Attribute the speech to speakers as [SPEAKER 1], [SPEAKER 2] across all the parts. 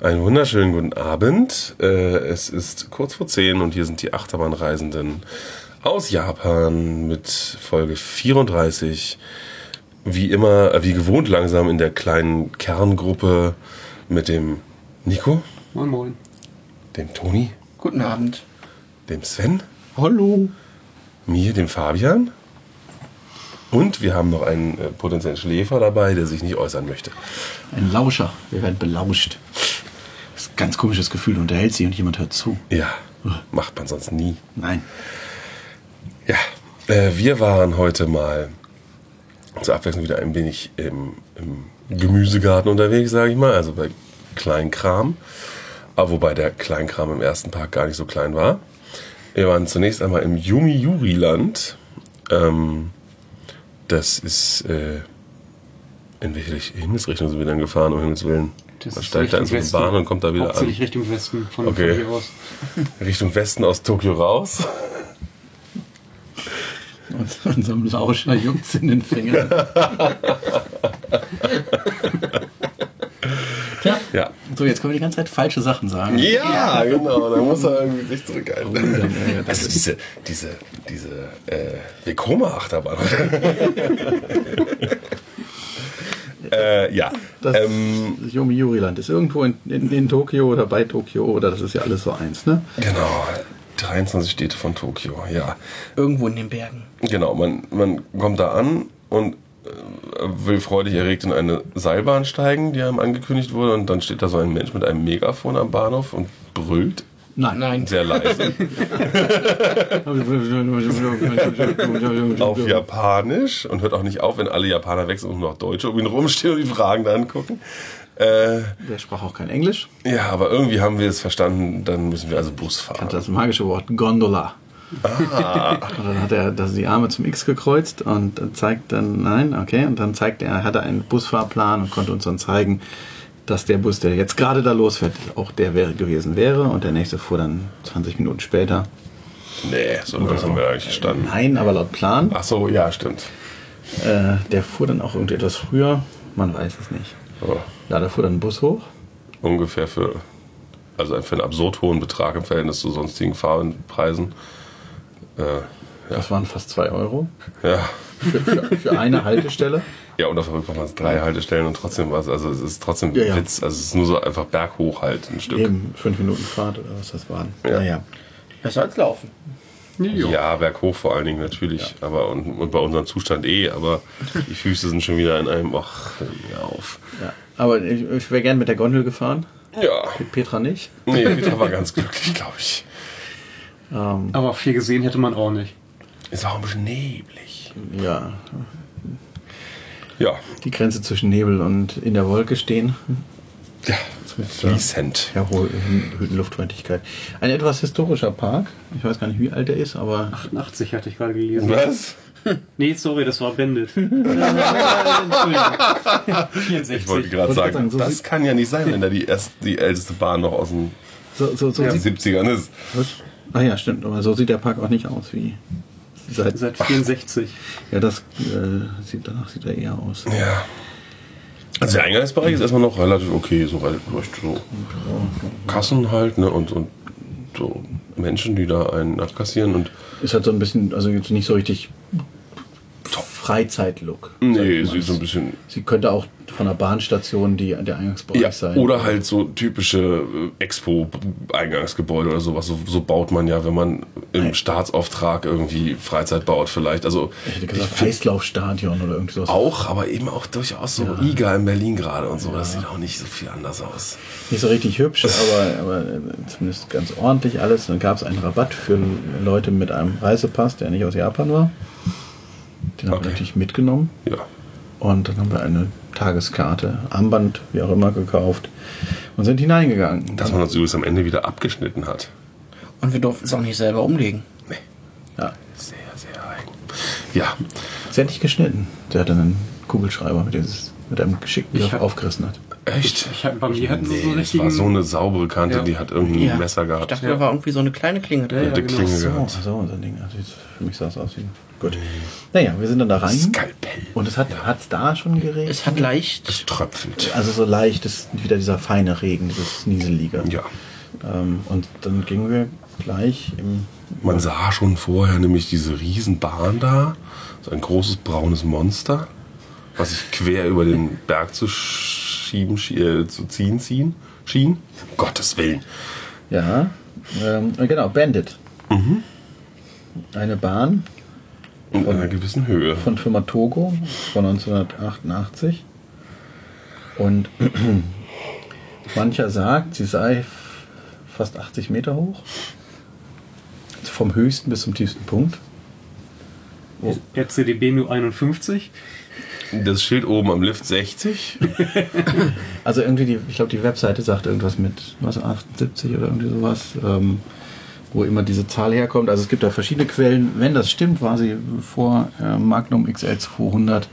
[SPEAKER 1] Einen wunderschönen guten Abend. Äh, es ist kurz vor 10 und hier sind die Achterbahnreisenden aus Japan mit Folge 34. Wie immer, äh, wie gewohnt langsam in der kleinen Kerngruppe mit dem Nico,
[SPEAKER 2] Moin Moin.
[SPEAKER 1] dem Toni,
[SPEAKER 3] Guten Abend.
[SPEAKER 1] dem Sven,
[SPEAKER 2] Hallo.
[SPEAKER 1] mir, dem Fabian. Und wir haben noch einen äh, potenziellen Schläfer dabei, der sich nicht äußern möchte.
[SPEAKER 3] Ein Lauscher. Wir werden belauscht. Das ist ein ganz komisches Gefühl. Du unterhältst dich und jemand hört zu.
[SPEAKER 1] Ja, macht man sonst nie.
[SPEAKER 3] Nein.
[SPEAKER 1] Ja, äh, wir waren heute mal zur Abwechslung wieder ein wenig im, im Gemüsegarten unterwegs, sage ich mal, also bei Kleinkram. Aber wobei der Kleinkram im ersten Park gar nicht so klein war. Wir waren zunächst einmal im Yumi-Yuri-Land. Ähm, das ist. Äh, in welche Richt- Himmelsrichtung sind wir dann gefahren, um Himmels Willen?
[SPEAKER 2] Das
[SPEAKER 1] Man
[SPEAKER 2] ist
[SPEAKER 1] steigt da in so
[SPEAKER 2] Richtung
[SPEAKER 1] eine Bahn
[SPEAKER 2] Westen.
[SPEAKER 1] und kommt da wieder an.
[SPEAKER 2] Hauptsächlich Richtung Westen von,
[SPEAKER 1] Okay.
[SPEAKER 2] von hier aus.
[SPEAKER 1] Richtung Westen aus Tokio raus.
[SPEAKER 3] Und unserem Lauscher juckt's in den Fingern. Tja.
[SPEAKER 1] Ja.
[SPEAKER 3] So, jetzt können wir die ganze Zeit falsche Sachen sagen.
[SPEAKER 1] Ja, genau, da muss er irgendwie sich zurückhalten.
[SPEAKER 3] Ja, ja, das
[SPEAKER 1] Also diese, diese, diese äh, Vekoma-Achterbahn. äh, ja.
[SPEAKER 4] Das
[SPEAKER 1] Ähm,
[SPEAKER 4] ähm, Yomiuri-Land ist irgendwo in, in, in Tokio oder bei Tokio oder das ist ja alles so eins, ne?
[SPEAKER 1] genau. 23 Städte von Tokio, ja.
[SPEAKER 5] Irgendwo in den Bergen.
[SPEAKER 1] Genau, man, man kommt da an und äh, will freudig erregt in eine Seilbahn steigen, die einem angekündigt wurde. Und dann steht da so ein Mensch mit einem Megafon am Bahnhof und brüllt
[SPEAKER 4] Nein.
[SPEAKER 5] Nein.
[SPEAKER 1] sehr leise auf Japanisch und hört auch nicht auf, wenn alle Japaner wechseln und nur noch Deutsche um ihn rumstehen und die Fragen da angucken. Äh,
[SPEAKER 4] Der sprach auch kein Englisch.
[SPEAKER 1] Ja, aber irgendwie haben wir es verstanden, dann müssen wir also Bus fahren. Ah.
[SPEAKER 4] Hat das magische Wort Gondola. Und dann hat er das, die Arme zum X gekreuzt und dann zeigt dann, nein, okay, und dann zeigt er, hat er einen Busfahrplan und konnte uns dann zeigen, dass der Bus, der jetzt gerade da losfährt, auch der wäre gewesen wäre und der nächste fuhr dann 20 Minuten später.
[SPEAKER 1] Nee, so lange haben wir da nicht gestanden.
[SPEAKER 4] Nein, aber laut Plan.
[SPEAKER 1] Ach so, ja, stimmt.
[SPEAKER 4] Äh, der fuhr dann auch irgendwie etwas früher. Man weiß es nicht.
[SPEAKER 1] Oh,
[SPEAKER 4] Ja, da fuhr dann ein Bus hoch.
[SPEAKER 1] ungefähr für, also für einen absurd hohen Betrag im Verhältnis zu sonstigen Fahrpreisen. Äh,
[SPEAKER 4] Das waren fast 2 Euro
[SPEAKER 1] ja.
[SPEAKER 4] für, für, für eine Haltestelle.
[SPEAKER 1] ja, und auf der Rückbank waren es drei Haltestellen und trotzdem war es, also es ist trotzdem
[SPEAKER 4] Ja, ja.
[SPEAKER 1] Witz, also es ist nur so einfach berghoch halt ein Stück.
[SPEAKER 4] Eben 5 Minuten Fahrt oder was das waren.
[SPEAKER 1] Ja.
[SPEAKER 4] Naja.
[SPEAKER 5] Besser als laufen.
[SPEAKER 2] Jo.
[SPEAKER 1] Ja, berghoch vor allen Dingen natürlich, aber und, und bei unserem Zustand eh, aber die Füße sind schon wieder in einem, ach, hör mir auf.
[SPEAKER 4] Ja. Aber ich, ich wäre gern mit der Gondel gefahren.
[SPEAKER 1] Ja,
[SPEAKER 4] Mit Petra nicht.
[SPEAKER 1] nee, Peter war ganz glücklich, glaube ich.
[SPEAKER 4] Ähm,
[SPEAKER 2] Aber viel gesehen hätte man auch nicht.
[SPEAKER 1] Ist auch ein bisschen neblig.
[SPEAKER 4] ja.
[SPEAKER 1] Ja.
[SPEAKER 4] Die Grenze zwischen Nebel und in der Wolke stehen.
[SPEAKER 1] ja. Fließend.
[SPEAKER 4] Ja, hohe erhöhten Luftfeuchtigkeit. Ein etwas historischer Park. Ich weiß gar nicht, wie alt er ist, aber
[SPEAKER 2] 80 hatte ich gerade gelesen.
[SPEAKER 1] Was?
[SPEAKER 2] Nee, sorry, das war Bandit. 64.
[SPEAKER 1] Ich wollte gerade sagen,
[SPEAKER 4] sagen, so
[SPEAKER 1] das
[SPEAKER 4] sieht-
[SPEAKER 1] kann ja nicht sein, wenn da die, erst, die älteste Bahn noch aus den
[SPEAKER 4] so, so, so sieht
[SPEAKER 1] 70ern ist.
[SPEAKER 4] Ah ja, stimmt. Aber so sieht der Park auch nicht aus wie seit.
[SPEAKER 2] Seit 64.
[SPEAKER 4] Ja, das äh, sieht danach sieht er eher aus.
[SPEAKER 1] Ja. Also der Eingangsbereich ist erstmal noch relativ okay, so relativ recht so Kassen halt, ne? Und, und so Menschen, die da einen abkassieren und
[SPEAKER 4] Ist halt so ein bisschen, also jetzt nicht so richtig Freizeitlook.
[SPEAKER 1] nee,
[SPEAKER 4] sagt man.
[SPEAKER 1] sieht so ein bisschen.
[SPEAKER 4] Sie könnte auch von der Bahnstation die, der Eingangsbereich
[SPEAKER 1] Ja,
[SPEAKER 4] sein.
[SPEAKER 1] oder halt so typische äh, Expo-Eingangsgebäude oder sowas. So, so baut man ja, wenn man im Staatsauftrag irgendwie Freizeit baut, vielleicht. Also
[SPEAKER 4] ich hätte gesagt, Eislaufstadion oder irgendwie sowas.
[SPEAKER 1] Auch, aber eben auch durchaus so IGA in Berlin gerade und so. Das sieht auch nicht so viel anders aus.
[SPEAKER 4] Nicht so richtig hübsch, aber, aber äh, zumindest ganz ordentlich alles. Dann gab es einen Rabatt für Leute mit einem Reisepass, der nicht aus Japan war. Den haben
[SPEAKER 1] Okay.
[SPEAKER 4] wir natürlich mitgenommen.
[SPEAKER 1] Ja.
[SPEAKER 4] Und dann haben wir eine Tageskarte, Armband, wie auch immer, gekauft und sind hineingegangen.
[SPEAKER 1] Dass man uns übrigens am Ende wieder abgeschnitten hat.
[SPEAKER 5] Und wir durften es auch nicht selber umlegen.
[SPEAKER 4] ja.
[SPEAKER 1] Sehr, sehr eigen. Ja.
[SPEAKER 4] Sie hat nicht geschnitten. Sie hatte einen Kugelschreiber, mit dem sie es mit einem geschickten
[SPEAKER 2] Ich
[SPEAKER 4] Griff
[SPEAKER 2] hab-
[SPEAKER 4] aufgerissen hat.
[SPEAKER 1] Echt?
[SPEAKER 2] Ich hab, bei mir hatten sie so
[SPEAKER 1] Nee, es
[SPEAKER 2] richtig.
[SPEAKER 1] war so eine saubere Kante,
[SPEAKER 2] Ja.
[SPEAKER 1] die hat irgendwie
[SPEAKER 5] Ja.
[SPEAKER 1] ein Messer gehabt.
[SPEAKER 5] Ich dachte, da war irgendwie so eine kleine Klinge drin.
[SPEAKER 1] ja, eine
[SPEAKER 2] genau.
[SPEAKER 1] Klinge
[SPEAKER 4] So,
[SPEAKER 1] gehabt.
[SPEAKER 4] so unser Ding. Also jetzt, für mich sah es aus wie. Gut. Naja, wir sind dann da rein.
[SPEAKER 1] Skalpell.
[SPEAKER 4] Und es hat es da schon geregnet.
[SPEAKER 5] Es hat leicht.
[SPEAKER 1] Tröpfelt.
[SPEAKER 4] Also so leicht ist wieder dieser feine Regen, dieses Nieselige.
[SPEAKER 1] Ja.
[SPEAKER 4] Ähm, und dann gingen wir gleich im.
[SPEAKER 1] Man sah schon vorher nämlich diese Riesenbahn da, so ein großes braunes Monster, was sich quer über den Berg zu schieben, schie- äh, zu ziehen, ziehen, schien. Um Gottes Willen.
[SPEAKER 4] Ja. Ähm, genau, Bandit. Eine Bahn
[SPEAKER 1] In einer gewissen Höhe.
[SPEAKER 4] von Firma Togo von 1988. Und mancher sagt, sie sei f- fast 80 Meter hoch. Also vom höchsten bis zum tiefsten Punkt.
[SPEAKER 2] RCDB nur 51.
[SPEAKER 1] Das Schild oben am Lift 60.
[SPEAKER 4] Also irgendwie, die, ich glaube, die Webseite sagt irgendwas mit was 78 oder irgendwie sowas, ähm, wo immer diese Zahl herkommt. Also es gibt da verschiedene Quellen. Wenn das stimmt, war sie vor äh, Magnum XL 200,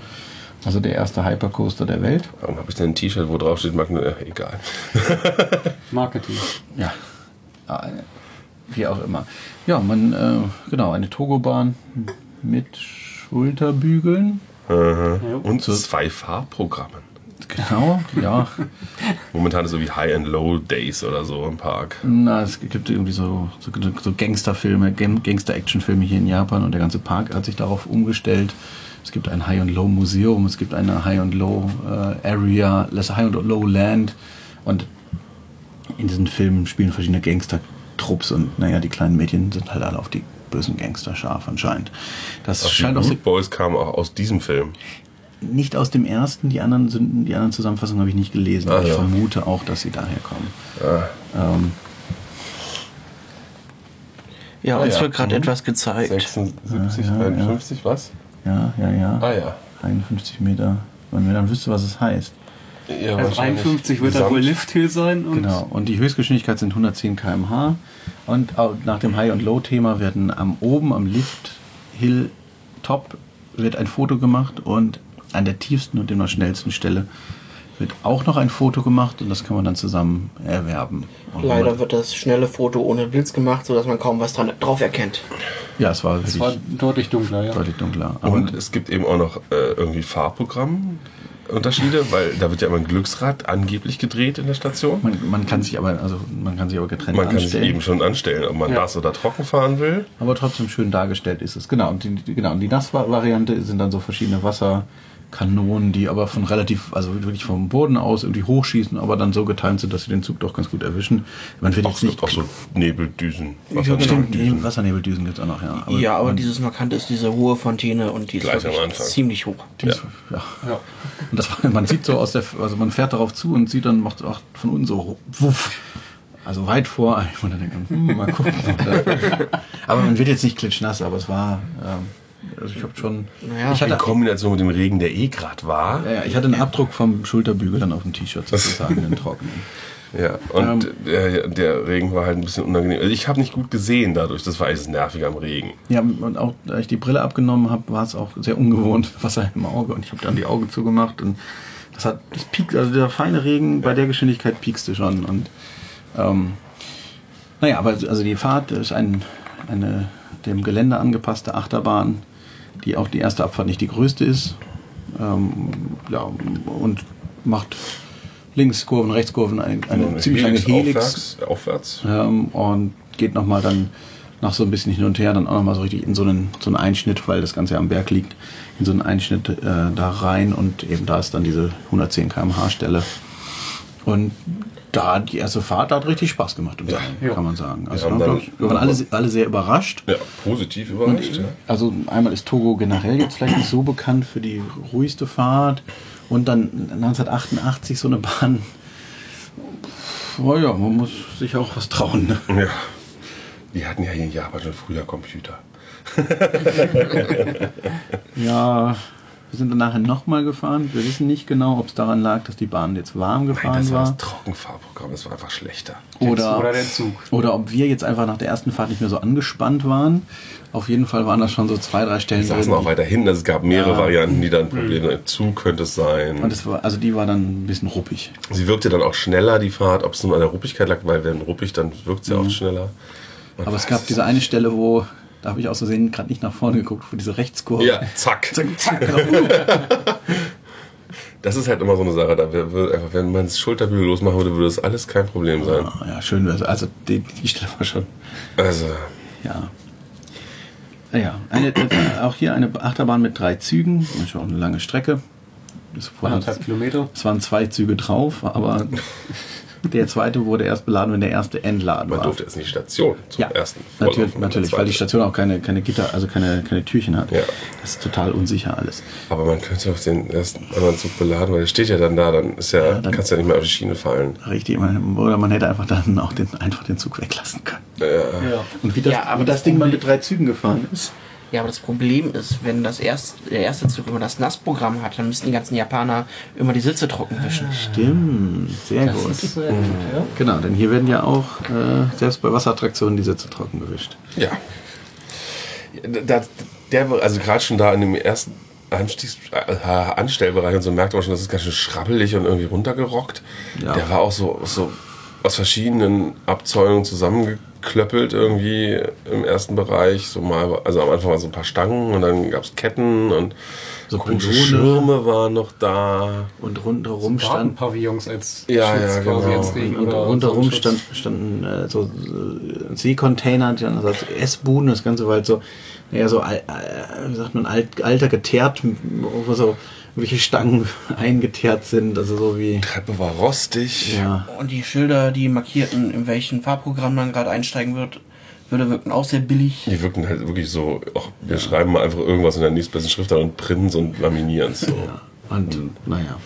[SPEAKER 4] also der erste Hypercoaster der Welt.
[SPEAKER 1] Warum habe ich denn ein T-Shirt, wo drauf steht, Magnum? Äh, egal.
[SPEAKER 2] Marketing.
[SPEAKER 4] Ja. Ah, Wie auch immer. Ja, man, äh, genau, eine Togobahn mit Schulterbügeln.
[SPEAKER 1] Und zwei Fahrprogrammen.
[SPEAKER 4] Genau, ja.
[SPEAKER 1] Momentan ist so wie High and Low Days oder so im Park.
[SPEAKER 4] Na, es gibt irgendwie so, so, so Gangsterfilme, Gang- Gangster-Action-Filme hier in Japan und der ganze Park hat sich darauf umgestellt. Es gibt ein High- und Low-Museum, es gibt eine High- und Low-Area, das High- und Low-Land. Und in diesen Filmen spielen verschiedene Gangster-Trupps und naja, die kleinen Mädchen sind halt alle auf die bösen Gangster scharf anscheinend. Das scheint
[SPEAKER 1] die Hm?
[SPEAKER 4] auch so
[SPEAKER 1] Root Boys kamen auch aus diesem Film.
[SPEAKER 4] nicht aus dem ersten, die anderen sind, die anderen Zusammenfassungen habe ich nicht gelesen.
[SPEAKER 1] Ah,
[SPEAKER 4] aber ich
[SPEAKER 1] ja.
[SPEAKER 4] vermute auch, dass sie daher kommen. Ähm,
[SPEAKER 5] Ja, uns
[SPEAKER 1] ja. Mhm.
[SPEAKER 5] wird gerade etwas gezeigt.
[SPEAKER 1] 76, 51, was?
[SPEAKER 4] ja, ja, ja.
[SPEAKER 1] Ah ja.
[SPEAKER 4] 51 Meter. Wenn man dann wüsste, was es heißt.
[SPEAKER 1] ja
[SPEAKER 4] Äh,
[SPEAKER 2] Also 51 wird da wohl Lift Hill sein. Und
[SPEAKER 4] Genau. Und die Höchstgeschwindigkeit sind 110 km/h. Und auch nach dem High- und Low-Thema werden am oben, am Lift Hill Top, wird ein Foto gemacht und an der tiefsten und immer schnellsten Stelle wird auch noch ein Foto gemacht und das kann man dann zusammen erwerben. Und
[SPEAKER 5] Leider wird das schnelle Foto ohne Blitz gemacht, sodass man kaum was dran, drauf erkennt.
[SPEAKER 4] Ja, es war,
[SPEAKER 2] Es
[SPEAKER 4] wirklich
[SPEAKER 2] war deutlich dunkler, ja.
[SPEAKER 4] deutlich dunkler. Aber
[SPEAKER 1] Und es gibt eben auch noch äh, irgendwie Fahrprogrammunterschiede, weil da wird ja immer ein Glücksrad angeblich gedreht in der Station.
[SPEAKER 4] man, man kann sich aber, also man kann sich aber getrennt
[SPEAKER 1] Man kann sich
[SPEAKER 4] anstellen.
[SPEAKER 1] eben schon anstellen, ob man
[SPEAKER 2] Ja.
[SPEAKER 1] nass oder trocken fahren will.
[SPEAKER 4] aber trotzdem schön dargestellt ist es. Genau, und die, die- genau, und die Nassvariante sind dann so verschiedene Wasserkanonen, die aber von relativ, also wirklich vom Boden aus irgendwie hochschießen, aber dann so getimt sind, dass sie den Zug doch ganz gut erwischen. Man wird
[SPEAKER 1] Auch,
[SPEAKER 4] jetzt nicht...
[SPEAKER 1] auch so Nebeldüsen.
[SPEAKER 4] Stimmt,
[SPEAKER 1] Wassernebeldüsen.
[SPEAKER 4] Nebel- Wassernebeldüsen gibt es auch noch, ja.
[SPEAKER 5] ja, aber
[SPEAKER 4] man-
[SPEAKER 5] dieses Markante ist diese hohe Fontäne und die ist
[SPEAKER 1] Gleich am
[SPEAKER 5] wirklich
[SPEAKER 1] Anfang.
[SPEAKER 5] ziemlich hoch.
[SPEAKER 4] die ist- ja.
[SPEAKER 2] ja.
[SPEAKER 4] Und das, war- man sieht so aus der, also man fährt darauf zu und sieht dann, macht auch von unten so, wuff, also weit vor einem. Und dann denkt man, hm, mal gucken. aber man wird jetzt nicht klitschnass, aber es war, ähm, also ich habe schon,
[SPEAKER 5] Naja.
[SPEAKER 4] ich hatte
[SPEAKER 1] In Kombination mit dem Regen, der eh gerade war.
[SPEAKER 4] Ja, ja, ich hatte einen Abdruck vom Schulterbügel dann auf dem T-Shirt sozusagen, den trockenen.
[SPEAKER 1] Ja, und
[SPEAKER 4] Ähm.
[SPEAKER 1] der, der Regen war halt ein bisschen unangenehm. Also ich habe nicht gut gesehen dadurch. Das war alles nervig am Regen.
[SPEAKER 4] Ja, und auch da ich die Brille abgenommen habe, war es auch sehr ungewohnt, Wasser im Auge. Und ich habe dann die Augen zugemacht und das hat, das piekt, also der feine Regen bei der Geschwindigkeit piekste schon. Und ähm, naja, aber also die Fahrt ist ein, eine dem Gelände angepasste Achterbahn, die auch die erste Abfahrt nicht die größte ist. Ähm, ja, und macht Linkskurven, Rechtskurven, eine, eine ziemlich lange Helix.
[SPEAKER 1] Aufwärts, aufwärts.
[SPEAKER 4] ähm, und geht nochmal dann nach so ein bisschen hin und her, dann auch nochmal so richtig in so einen, so einen Einschnitt, weil das Ganze ja am Berg liegt, in so einen Einschnitt äh, da rein und eben da ist dann diese 110 km/h Stelle. Und da die erste Fahrt hat richtig Spaß gemacht, und
[SPEAKER 2] Ja.
[SPEAKER 4] kann man sagen. Also,
[SPEAKER 1] Wir haben
[SPEAKER 4] ne,
[SPEAKER 1] dann-
[SPEAKER 4] glaub ich, wir waren alle, alle sehr überrascht.
[SPEAKER 1] Ja, positiv überrascht. Ja.
[SPEAKER 4] Also einmal ist Togo generell jetzt vielleicht nicht so bekannt für die ruhigste Fahrt und dann 1988 so eine Bahn. Oh ja, man muss sich auch was trauen. Ne?
[SPEAKER 1] Ja. Die hatten ja hier in Japan schon früher Computer.
[SPEAKER 4] Ja, Wir sind dann nachher nochmal gefahren. Wir wissen nicht genau, ob es daran lag, dass die Bahn jetzt warm
[SPEAKER 1] Nein,
[SPEAKER 4] gefahren
[SPEAKER 1] das war
[SPEAKER 4] war. Oh.
[SPEAKER 1] das Trockenfahrprogramm, das war einfach schlechter.
[SPEAKER 4] Oder,
[SPEAKER 2] Oder der Zug.
[SPEAKER 4] Oder ob wir jetzt einfach nach der ersten Fahrt nicht mehr so angespannt waren. Auf jeden Fall waren das schon so zwei, drei Stellen.
[SPEAKER 1] Wir saßen
[SPEAKER 4] drin.
[SPEAKER 1] auch weiter hinten, also es gab mehrere Varianten, die dann Probleme Ein Zug könnte es sein.
[SPEAKER 4] Mhm. Und das war, also die war dann ein bisschen ruppig.
[SPEAKER 1] Sie wirkte dann auch schneller, die Fahrt, ob es nun an der Ruppigkeit lag, weil wenn ruppig, dann wirkt sie auch schneller. Man
[SPEAKER 4] Mhm. Aber es
[SPEAKER 1] weiß
[SPEAKER 4] gab
[SPEAKER 1] es
[SPEAKER 4] diese eine
[SPEAKER 1] nicht.
[SPEAKER 4] Stelle, wo, da habe ich aus Versehen gerade nicht nach vorne geguckt, wo diese Rechtskurve.
[SPEAKER 1] Ja, zack.
[SPEAKER 4] Zack, zack.
[SPEAKER 1] Das ist halt immer so eine Sache. Da wär- wär- einfach, wenn man das Schulterbügel losmachen würde, würde das alles kein Problem sein.
[SPEAKER 4] Ah, ja, schön wäre Also die, die Stelle war schon.
[SPEAKER 1] Also,
[SPEAKER 4] Ja. Naja, eine, äh, auch hier eine Achterbahn mit drei Zügen. Das ist ja auch eine lange Strecke. Es waren,
[SPEAKER 2] Anderthalb Kilometer.
[SPEAKER 4] es waren zwei Züge drauf, aber der zweite wurde erst beladen, wenn der erste entladen
[SPEAKER 1] man
[SPEAKER 4] war.
[SPEAKER 1] durfte jetzt in die Station zum
[SPEAKER 4] ja,
[SPEAKER 1] ersten.
[SPEAKER 4] natürlich,
[SPEAKER 1] Vorlaufen,
[SPEAKER 4] natürlich
[SPEAKER 1] der
[SPEAKER 4] weil die
[SPEAKER 1] zweite.
[SPEAKER 4] Station auch keine, keine Gitter, also keine, keine Türchen hat.
[SPEAKER 1] Ja.
[SPEAKER 4] Das ist total unsicher alles.
[SPEAKER 1] Aber man könnte auch den ersten anderen Zug beladen, weil der steht ja dann da, dann, ist ja,
[SPEAKER 4] dann-
[SPEAKER 1] kannst ja nicht mehr auf die Schiene fallen.
[SPEAKER 4] Richtig, man, oder man hätte einfach dann auch den, einfach den Zug weglassen können.
[SPEAKER 2] Ja.
[SPEAKER 4] Und wie das,
[SPEAKER 5] Ja, aber
[SPEAKER 4] wie das
[SPEAKER 5] das
[SPEAKER 4] Ding mal
[SPEAKER 5] Problem-
[SPEAKER 4] mit drei Zügen gefahren ist.
[SPEAKER 5] Ja, aber das Problem ist, wenn das erst, der erste Zug immer das Nassprogramm hat, dann müssen die ganzen Japaner immer die Sitze trocken wischen.
[SPEAKER 4] Stimmt, sehr gut.
[SPEAKER 2] äh,
[SPEAKER 4] Genau, denn hier werden ja auch äh, selbst bei Wasserattraktionen die Sitze trocken gewischt.
[SPEAKER 1] Ja. Da, der, also gerade schon da in dem ersten Anstiegs, äh, Anstellbereich und so merkt man schon, das ist ganz schön schrabbelig und irgendwie runtergerockt.
[SPEAKER 4] Ja.
[SPEAKER 1] Der war auch so, so aus verschiedenen Abzäunungen zusammengeklöppelt irgendwie im ersten Bereich. So mal, also am Anfang waren so ein paar Stangen und dann gab es Ketten und
[SPEAKER 4] So
[SPEAKER 1] komische
[SPEAKER 4] Pylone.
[SPEAKER 1] Schirme waren noch da.
[SPEAKER 4] Und rundherum stand
[SPEAKER 2] Gartenpavillons als
[SPEAKER 1] Ja, ja, genau.
[SPEAKER 2] jetzt gegen
[SPEAKER 4] und
[SPEAKER 2] oder
[SPEAKER 4] rundherum
[SPEAKER 2] Sonnenschutz.
[SPEAKER 4] stand, standen äh, so äh, Seekontainer, die dann als Essbuden, das Ganze war halt so, naja, so al- äh, wie sagt man, alt, alter geteert, wo so welche Stangen eingeteert sind, also so wie
[SPEAKER 1] Treppe war rostig.
[SPEAKER 4] ja,
[SPEAKER 5] Und die Schilder, die markierten, in welchen Fahrprogramm man gerade einsteigen wird, würde wirken auch sehr billig.
[SPEAKER 1] Die wirken halt wirklich so, ach, wir schreiben mal einfach irgendwas in der nächstbesten Schrift an und printen es und laminieren es so.
[SPEAKER 4] und Hm, naja.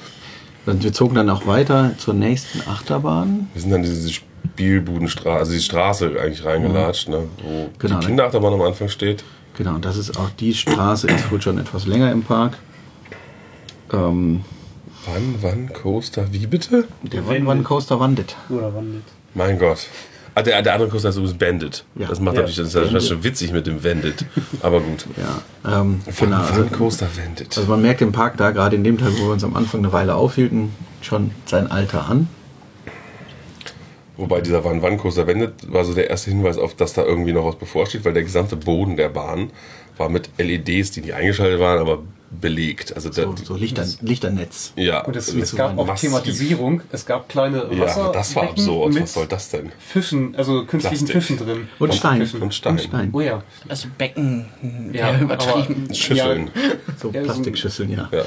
[SPEAKER 4] Und wir zogen dann auch weiter zur nächsten Achterbahn.
[SPEAKER 1] Wir sind dann in diese Spielbudenstraße, also die Straße eigentlich reingelatscht, ne, wo
[SPEAKER 4] Genau.
[SPEAKER 1] die Kinderachterbahn am Anfang steht.
[SPEAKER 4] Genau, und das ist auch die Straße, ist wohl schon etwas länger im Park. Ähm,
[SPEAKER 1] Wann, wann, Coaster, wie bitte?
[SPEAKER 4] der One Coaster wandelt.
[SPEAKER 2] Oder wandelt.
[SPEAKER 1] Mein Gott. Ah, der, der andere Coaster ist übrigens Bandit.
[SPEAKER 4] Ja.
[SPEAKER 1] Das macht
[SPEAKER 2] Ja.
[SPEAKER 1] natürlich, das ist ja schon witzig mit dem Bandit. Aber gut.
[SPEAKER 4] Ja, ähm,
[SPEAKER 1] Wann,
[SPEAKER 4] genau. Also,
[SPEAKER 1] wann Coaster Bandit?
[SPEAKER 4] also man merkt im Park da, gerade in dem Teil, wo wir uns am Anfang eine Weile aufhielten, schon sein Alter an.
[SPEAKER 1] Wobei dieser Wann, wann Coaster Bandit war so der erste Hinweis auf, dass da irgendwie noch was bevorsteht, weil der gesamte Boden der Bahn war mit LEDs, die nicht eingeschaltet waren, aber belegt. Also der,
[SPEAKER 4] So, so Lichter, Lichternetz.
[SPEAKER 1] ja.
[SPEAKER 2] Und Ah, es,
[SPEAKER 1] also
[SPEAKER 2] es gab auch
[SPEAKER 1] massiv.
[SPEAKER 2] Thematisierung. Es gab kleine
[SPEAKER 1] Ja,
[SPEAKER 2] Wasser
[SPEAKER 1] aber das war absurd.
[SPEAKER 2] mit
[SPEAKER 1] Was soll das denn?
[SPEAKER 2] Fischen, also künstlichen
[SPEAKER 1] Plastik.
[SPEAKER 2] Fischen drin.
[SPEAKER 4] Und Stein.
[SPEAKER 2] Fischen.
[SPEAKER 1] Und Stein.
[SPEAKER 4] Und Stein.
[SPEAKER 2] Oh ja.
[SPEAKER 5] Also Becken, hm,
[SPEAKER 2] Ja, ähm,
[SPEAKER 5] ja, übertrieben.
[SPEAKER 1] Schüsseln.
[SPEAKER 4] So
[SPEAKER 2] Ja, so ein-
[SPEAKER 4] Plastikschüsseln, ja.
[SPEAKER 1] Ja.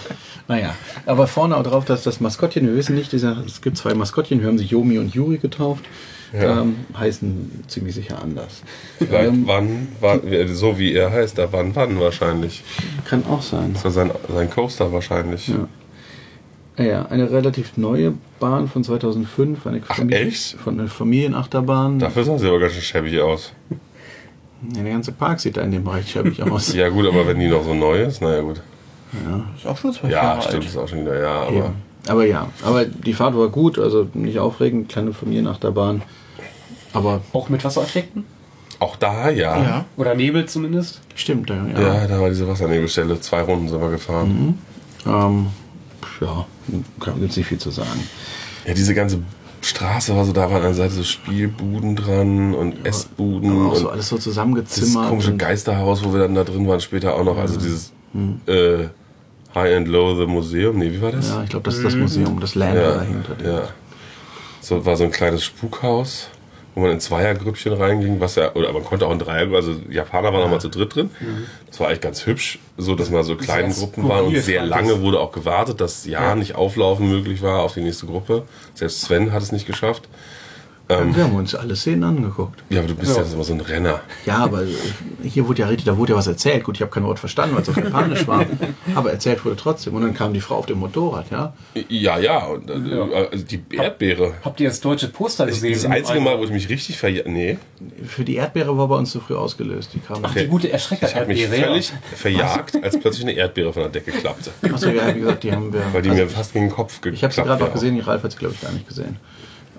[SPEAKER 4] Naja, aber vorne auch drauf, dass das Maskottchen, wir wissen nicht, dieser, es gibt zwei Maskottchen, wir haben sie Yomi und Yuri getauft,
[SPEAKER 1] Ja.
[SPEAKER 4] ähm, heißen ziemlich sicher anders. Ähm,
[SPEAKER 1] Vielleicht wann, wann, äh, so wie er heißt, da wann, wann wahrscheinlich.
[SPEAKER 4] Kann auch sein.
[SPEAKER 1] Das war sein, sein Coaster wahrscheinlich.
[SPEAKER 4] Ah Ja, eine relativ neue Bahn von 2005, eine,
[SPEAKER 1] echt?
[SPEAKER 4] Von einer Familienachterbahn.
[SPEAKER 1] Dafür sah sie aber ganz schön schäbig aus.
[SPEAKER 4] Ja, der ganze Park sieht da in dem Bereich schäbig aus.
[SPEAKER 1] Ja gut, aber wenn die noch so neu ist, naja gut.
[SPEAKER 5] Ist auch schon zwei
[SPEAKER 1] Ja,
[SPEAKER 5] Jahre
[SPEAKER 1] stimmt,
[SPEAKER 5] alt.
[SPEAKER 1] ist auch schon wieder, ja, aber
[SPEAKER 4] Eben. Aber ja, aber die Fahrt war gut, also nicht aufregend, kleine Familienachterbahn. Aber
[SPEAKER 2] Auch mit Wassereffekten?
[SPEAKER 1] auch da, ja.
[SPEAKER 5] Ja.
[SPEAKER 2] Oder Nebel zumindest.
[SPEAKER 4] stimmt, ja.
[SPEAKER 1] Ja, da war diese Wassernebelstelle, zwei Runden sind wir gefahren.
[SPEAKER 4] Ähm, ja, kann jetzt nicht viel zu sagen.
[SPEAKER 1] Ja, diese ganze Straße war so, da waren an der Seite so Spielbuden dran und Essbuden
[SPEAKER 4] Aber auch so
[SPEAKER 1] und
[SPEAKER 4] alles so
[SPEAKER 1] dieses
[SPEAKER 4] zusammengezimmert.
[SPEAKER 1] komische
[SPEAKER 4] und- Mhm.
[SPEAKER 1] Geisterhaus, wo wir dann da drin waren, später auch noch. Also dieses äh, High and Low the Museum, nee, wie war das?
[SPEAKER 4] ja, ich glaube, das ist das Museum, das Land
[SPEAKER 1] Ja,
[SPEAKER 4] dahinter.
[SPEAKER 1] ja. So war so ein kleines Spukhaus, wo man in Zweiergrüppchen reinging, was ja, oder man konnte auch in Dreier, also Japaner waren noch mal zu dritt drin. Das war eigentlich ganz hübsch, so dass man so kleinen Gruppen war und
[SPEAKER 2] skurril
[SPEAKER 1] sehr
[SPEAKER 2] fand
[SPEAKER 1] lange
[SPEAKER 2] ich's.
[SPEAKER 1] wurde auch gewartet, dass ja, nicht auflaufen möglich war auf die nächste Gruppe. Selbst Sven hat es nicht geschafft.
[SPEAKER 4] Wir haben uns alle Szenen angeguckt.
[SPEAKER 1] Ja, aber du bist ja, immer so ein Renner.
[SPEAKER 4] Ja, aber hier wurde ja richtig, da wurde ja was erzählt. Gut, ich habe kein Wort verstanden, weil es auf Japanisch war. Aber erzählt wurde trotzdem. Und dann kam die Frau auf dem Motorrad, ja.
[SPEAKER 1] Ja, ja. Und, äh, Also die Erdbeere.
[SPEAKER 2] Habt ihr das deutsche Poster gesehen?
[SPEAKER 1] Das einzige Mal, wo ich mich richtig verjagt Nee,
[SPEAKER 4] Für die Erdbeere war bei uns zu früh ausgelöst. Die kam.
[SPEAKER 2] Die gute erschrecker
[SPEAKER 1] ich habe mich völlig verjagt, als plötzlich eine Erdbeere von der Decke klappte.
[SPEAKER 4] Achso, ja, wie gesagt, die haben wir.
[SPEAKER 1] Weil die
[SPEAKER 4] also,
[SPEAKER 1] mir fast gegen den Kopf geklappt
[SPEAKER 4] ich habe sie gerade noch
[SPEAKER 1] wäre.
[SPEAKER 4] gesehen, die Ralf hat sie, glaube ich, gar nicht gesehen.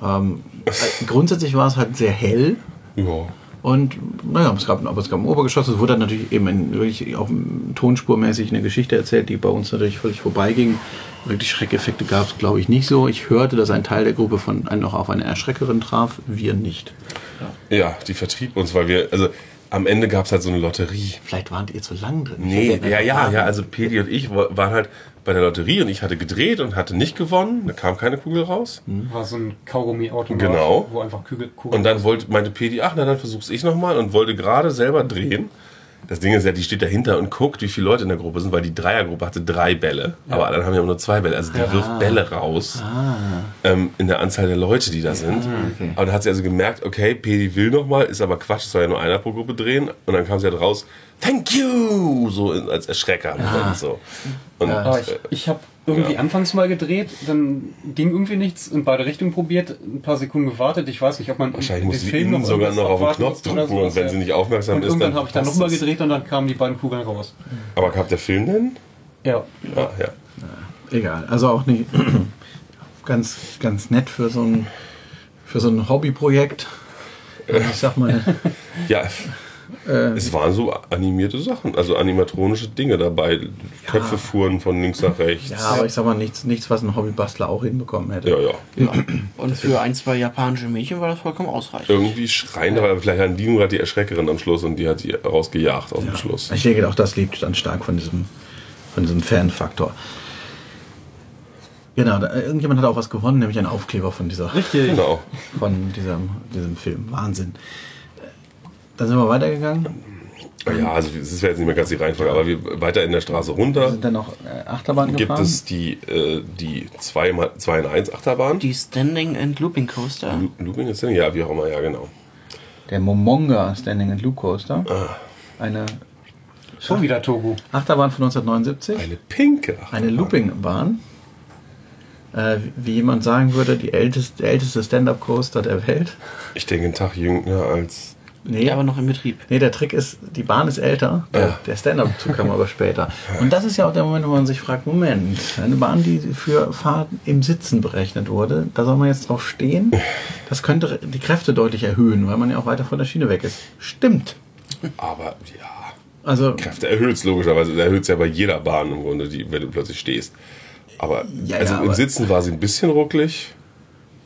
[SPEAKER 4] Ähm, äh, grundsätzlich war es halt sehr hell.
[SPEAKER 1] Ja.
[SPEAKER 4] Und naja, es gab, aber es gab ein Obergeschoss. Es wurde dann natürlich eben in, wirklich auch tonspurmäßig eine Geschichte erzählt, die bei uns natürlich völlig vorbeiging. Wirklich Schreckeffekte gab es, glaube ich, nicht so. Ich hörte, dass ein Teil der Gruppe von einem noch auf eine Erschreckerin traf, wir nicht.
[SPEAKER 1] ja, die vertrieb uns, weil wir, also am Ende gab es halt so eine Lotterie.
[SPEAKER 4] Vielleicht waren ihr zu lang drin.
[SPEAKER 1] Nee, ja, ja, ja. Also Pedi und ich wa- waren halt bei der Lotterie und ich hatte gedreht und hatte nicht gewonnen. Da kam keine Kugel raus.
[SPEAKER 2] War so ein Kaugummi-Automat,
[SPEAKER 1] Genau.
[SPEAKER 2] wo einfach Kügel Kugeln-
[SPEAKER 1] Und dann wollte, meinte Pedi, ach, na dann versuch's ich nochmal und wollte gerade selber drehen. Das Ding ist ja, die steht dahinter und guckt, wie viele Leute in der Gruppe sind, weil die Dreiergruppe hatte drei Bälle, aber alle haben ja nur zwei Bälle. Also die wirft Bälle raus ähm, in der Anzahl der Leute, die da sind. Aber dann hat sie also gemerkt, okay, Pedi will nochmal, ist aber Quatsch, es soll ja nur einer pro Gruppe drehen. Und dann kam sie halt raus, thank you, so in- als Erschrecker. Und so. Und,
[SPEAKER 2] Ah,
[SPEAKER 1] äh,
[SPEAKER 2] ich ich habe irgendwie anfangs mal gedreht, dann ging irgendwie nichts, in beide Richtungen probiert, ein paar Sekunden gewartet. Ich weiß nicht, ob man
[SPEAKER 1] Wahrscheinlich muss sie innen sogar noch auf den Knopf drücken und wenn sie nicht aufmerksam
[SPEAKER 2] und
[SPEAKER 1] ist,
[SPEAKER 2] irgendwann habe ich dann
[SPEAKER 1] passt
[SPEAKER 2] nochmal
[SPEAKER 1] es.
[SPEAKER 2] gedreht und dann kamen die beiden Kugeln raus.
[SPEAKER 1] Aber gab der Film denn?
[SPEAKER 2] Ja.
[SPEAKER 1] Ah, ja.
[SPEAKER 4] Egal, also auch nicht ganz, ganz nett für so ein, für so ein Hobbyprojekt. Also ich sag mal,
[SPEAKER 1] Ja,
[SPEAKER 4] Ähm.
[SPEAKER 1] es waren so animierte Sachen, also animatronische Dinge dabei. Köpfe fuhren von links nach rechts.
[SPEAKER 4] ja, aber ich sag mal nichts, nichts, was ein Hobbybastler auch hinbekommen hätte.
[SPEAKER 1] ja. ja.
[SPEAKER 5] genau. Und für ein, zwei japanische Mädchen war das vollkommen ausreichend.
[SPEAKER 1] Irgendwie schreien dabei, aber vielleicht hatten die nur gerade die Erschreckerin am Schluss und die hat die rausgejagt auf dem Schluss.
[SPEAKER 4] Ich denke, auch das lebt dann stark von diesem, von diesem Fan-Faktor. Genau, da, irgendjemand hat auch was gewonnen, nämlich einen Aufkleber von dieser,
[SPEAKER 1] Genau.
[SPEAKER 4] von diesem, diesem Film. Wahnsinn. Äh, Dann sind wir weitergegangen,
[SPEAKER 1] Ja, also es ist jetzt nicht mehr ganz die Reihenfolge, aber wir weiter in der Straße runter
[SPEAKER 4] sind dann noch äh, Achterbahn
[SPEAKER 1] gibt
[SPEAKER 4] gefahren.
[SPEAKER 1] es die, äh, die 2 zwei in 1 Achterbahn.
[SPEAKER 5] Die Standing and Looping Coaster.
[SPEAKER 1] Lu- Looping ist denn? Ja, wie auch immer, ja, genau.
[SPEAKER 4] Der Momonga Standing and Loop Coaster.
[SPEAKER 1] Ah.
[SPEAKER 4] Eine
[SPEAKER 2] Schon wieder Togo.
[SPEAKER 4] Achterbahn von 1979.
[SPEAKER 1] Eine pinke Achterbahn.
[SPEAKER 4] Eine Loopingbahn. Äh, wie jemand sagen würde, die älteste, der älteste Stand-Up-Coaster der Welt.
[SPEAKER 1] Ich denke, einen Tag jünger als.
[SPEAKER 4] Nee,
[SPEAKER 5] Ja, aber noch in Betrieb.
[SPEAKER 4] Nee, der Trick ist, die Bahn ist älter, der, der Stand-Up-Zug kam aber später. Und das ist ja auch der Moment, wo man sich fragt, Moment, eine Bahn, die für Fahrt im Sitzen berechnet wurde, da soll man jetzt drauf stehen, das könnte die Kräfte deutlich erhöhen, weil man ja auch weiter von der Schiene weg ist. Stimmt.
[SPEAKER 1] Aber ja.
[SPEAKER 4] Also,
[SPEAKER 1] Kräfte erhöht logischerweise. Der erhöht ja bei jeder Bahn im Grunde, die, wenn du plötzlich stehst. Aber
[SPEAKER 4] Ja,
[SPEAKER 1] also
[SPEAKER 4] ja,
[SPEAKER 1] im
[SPEAKER 4] aber-
[SPEAKER 1] Sitzen war sie ein bisschen rucklig.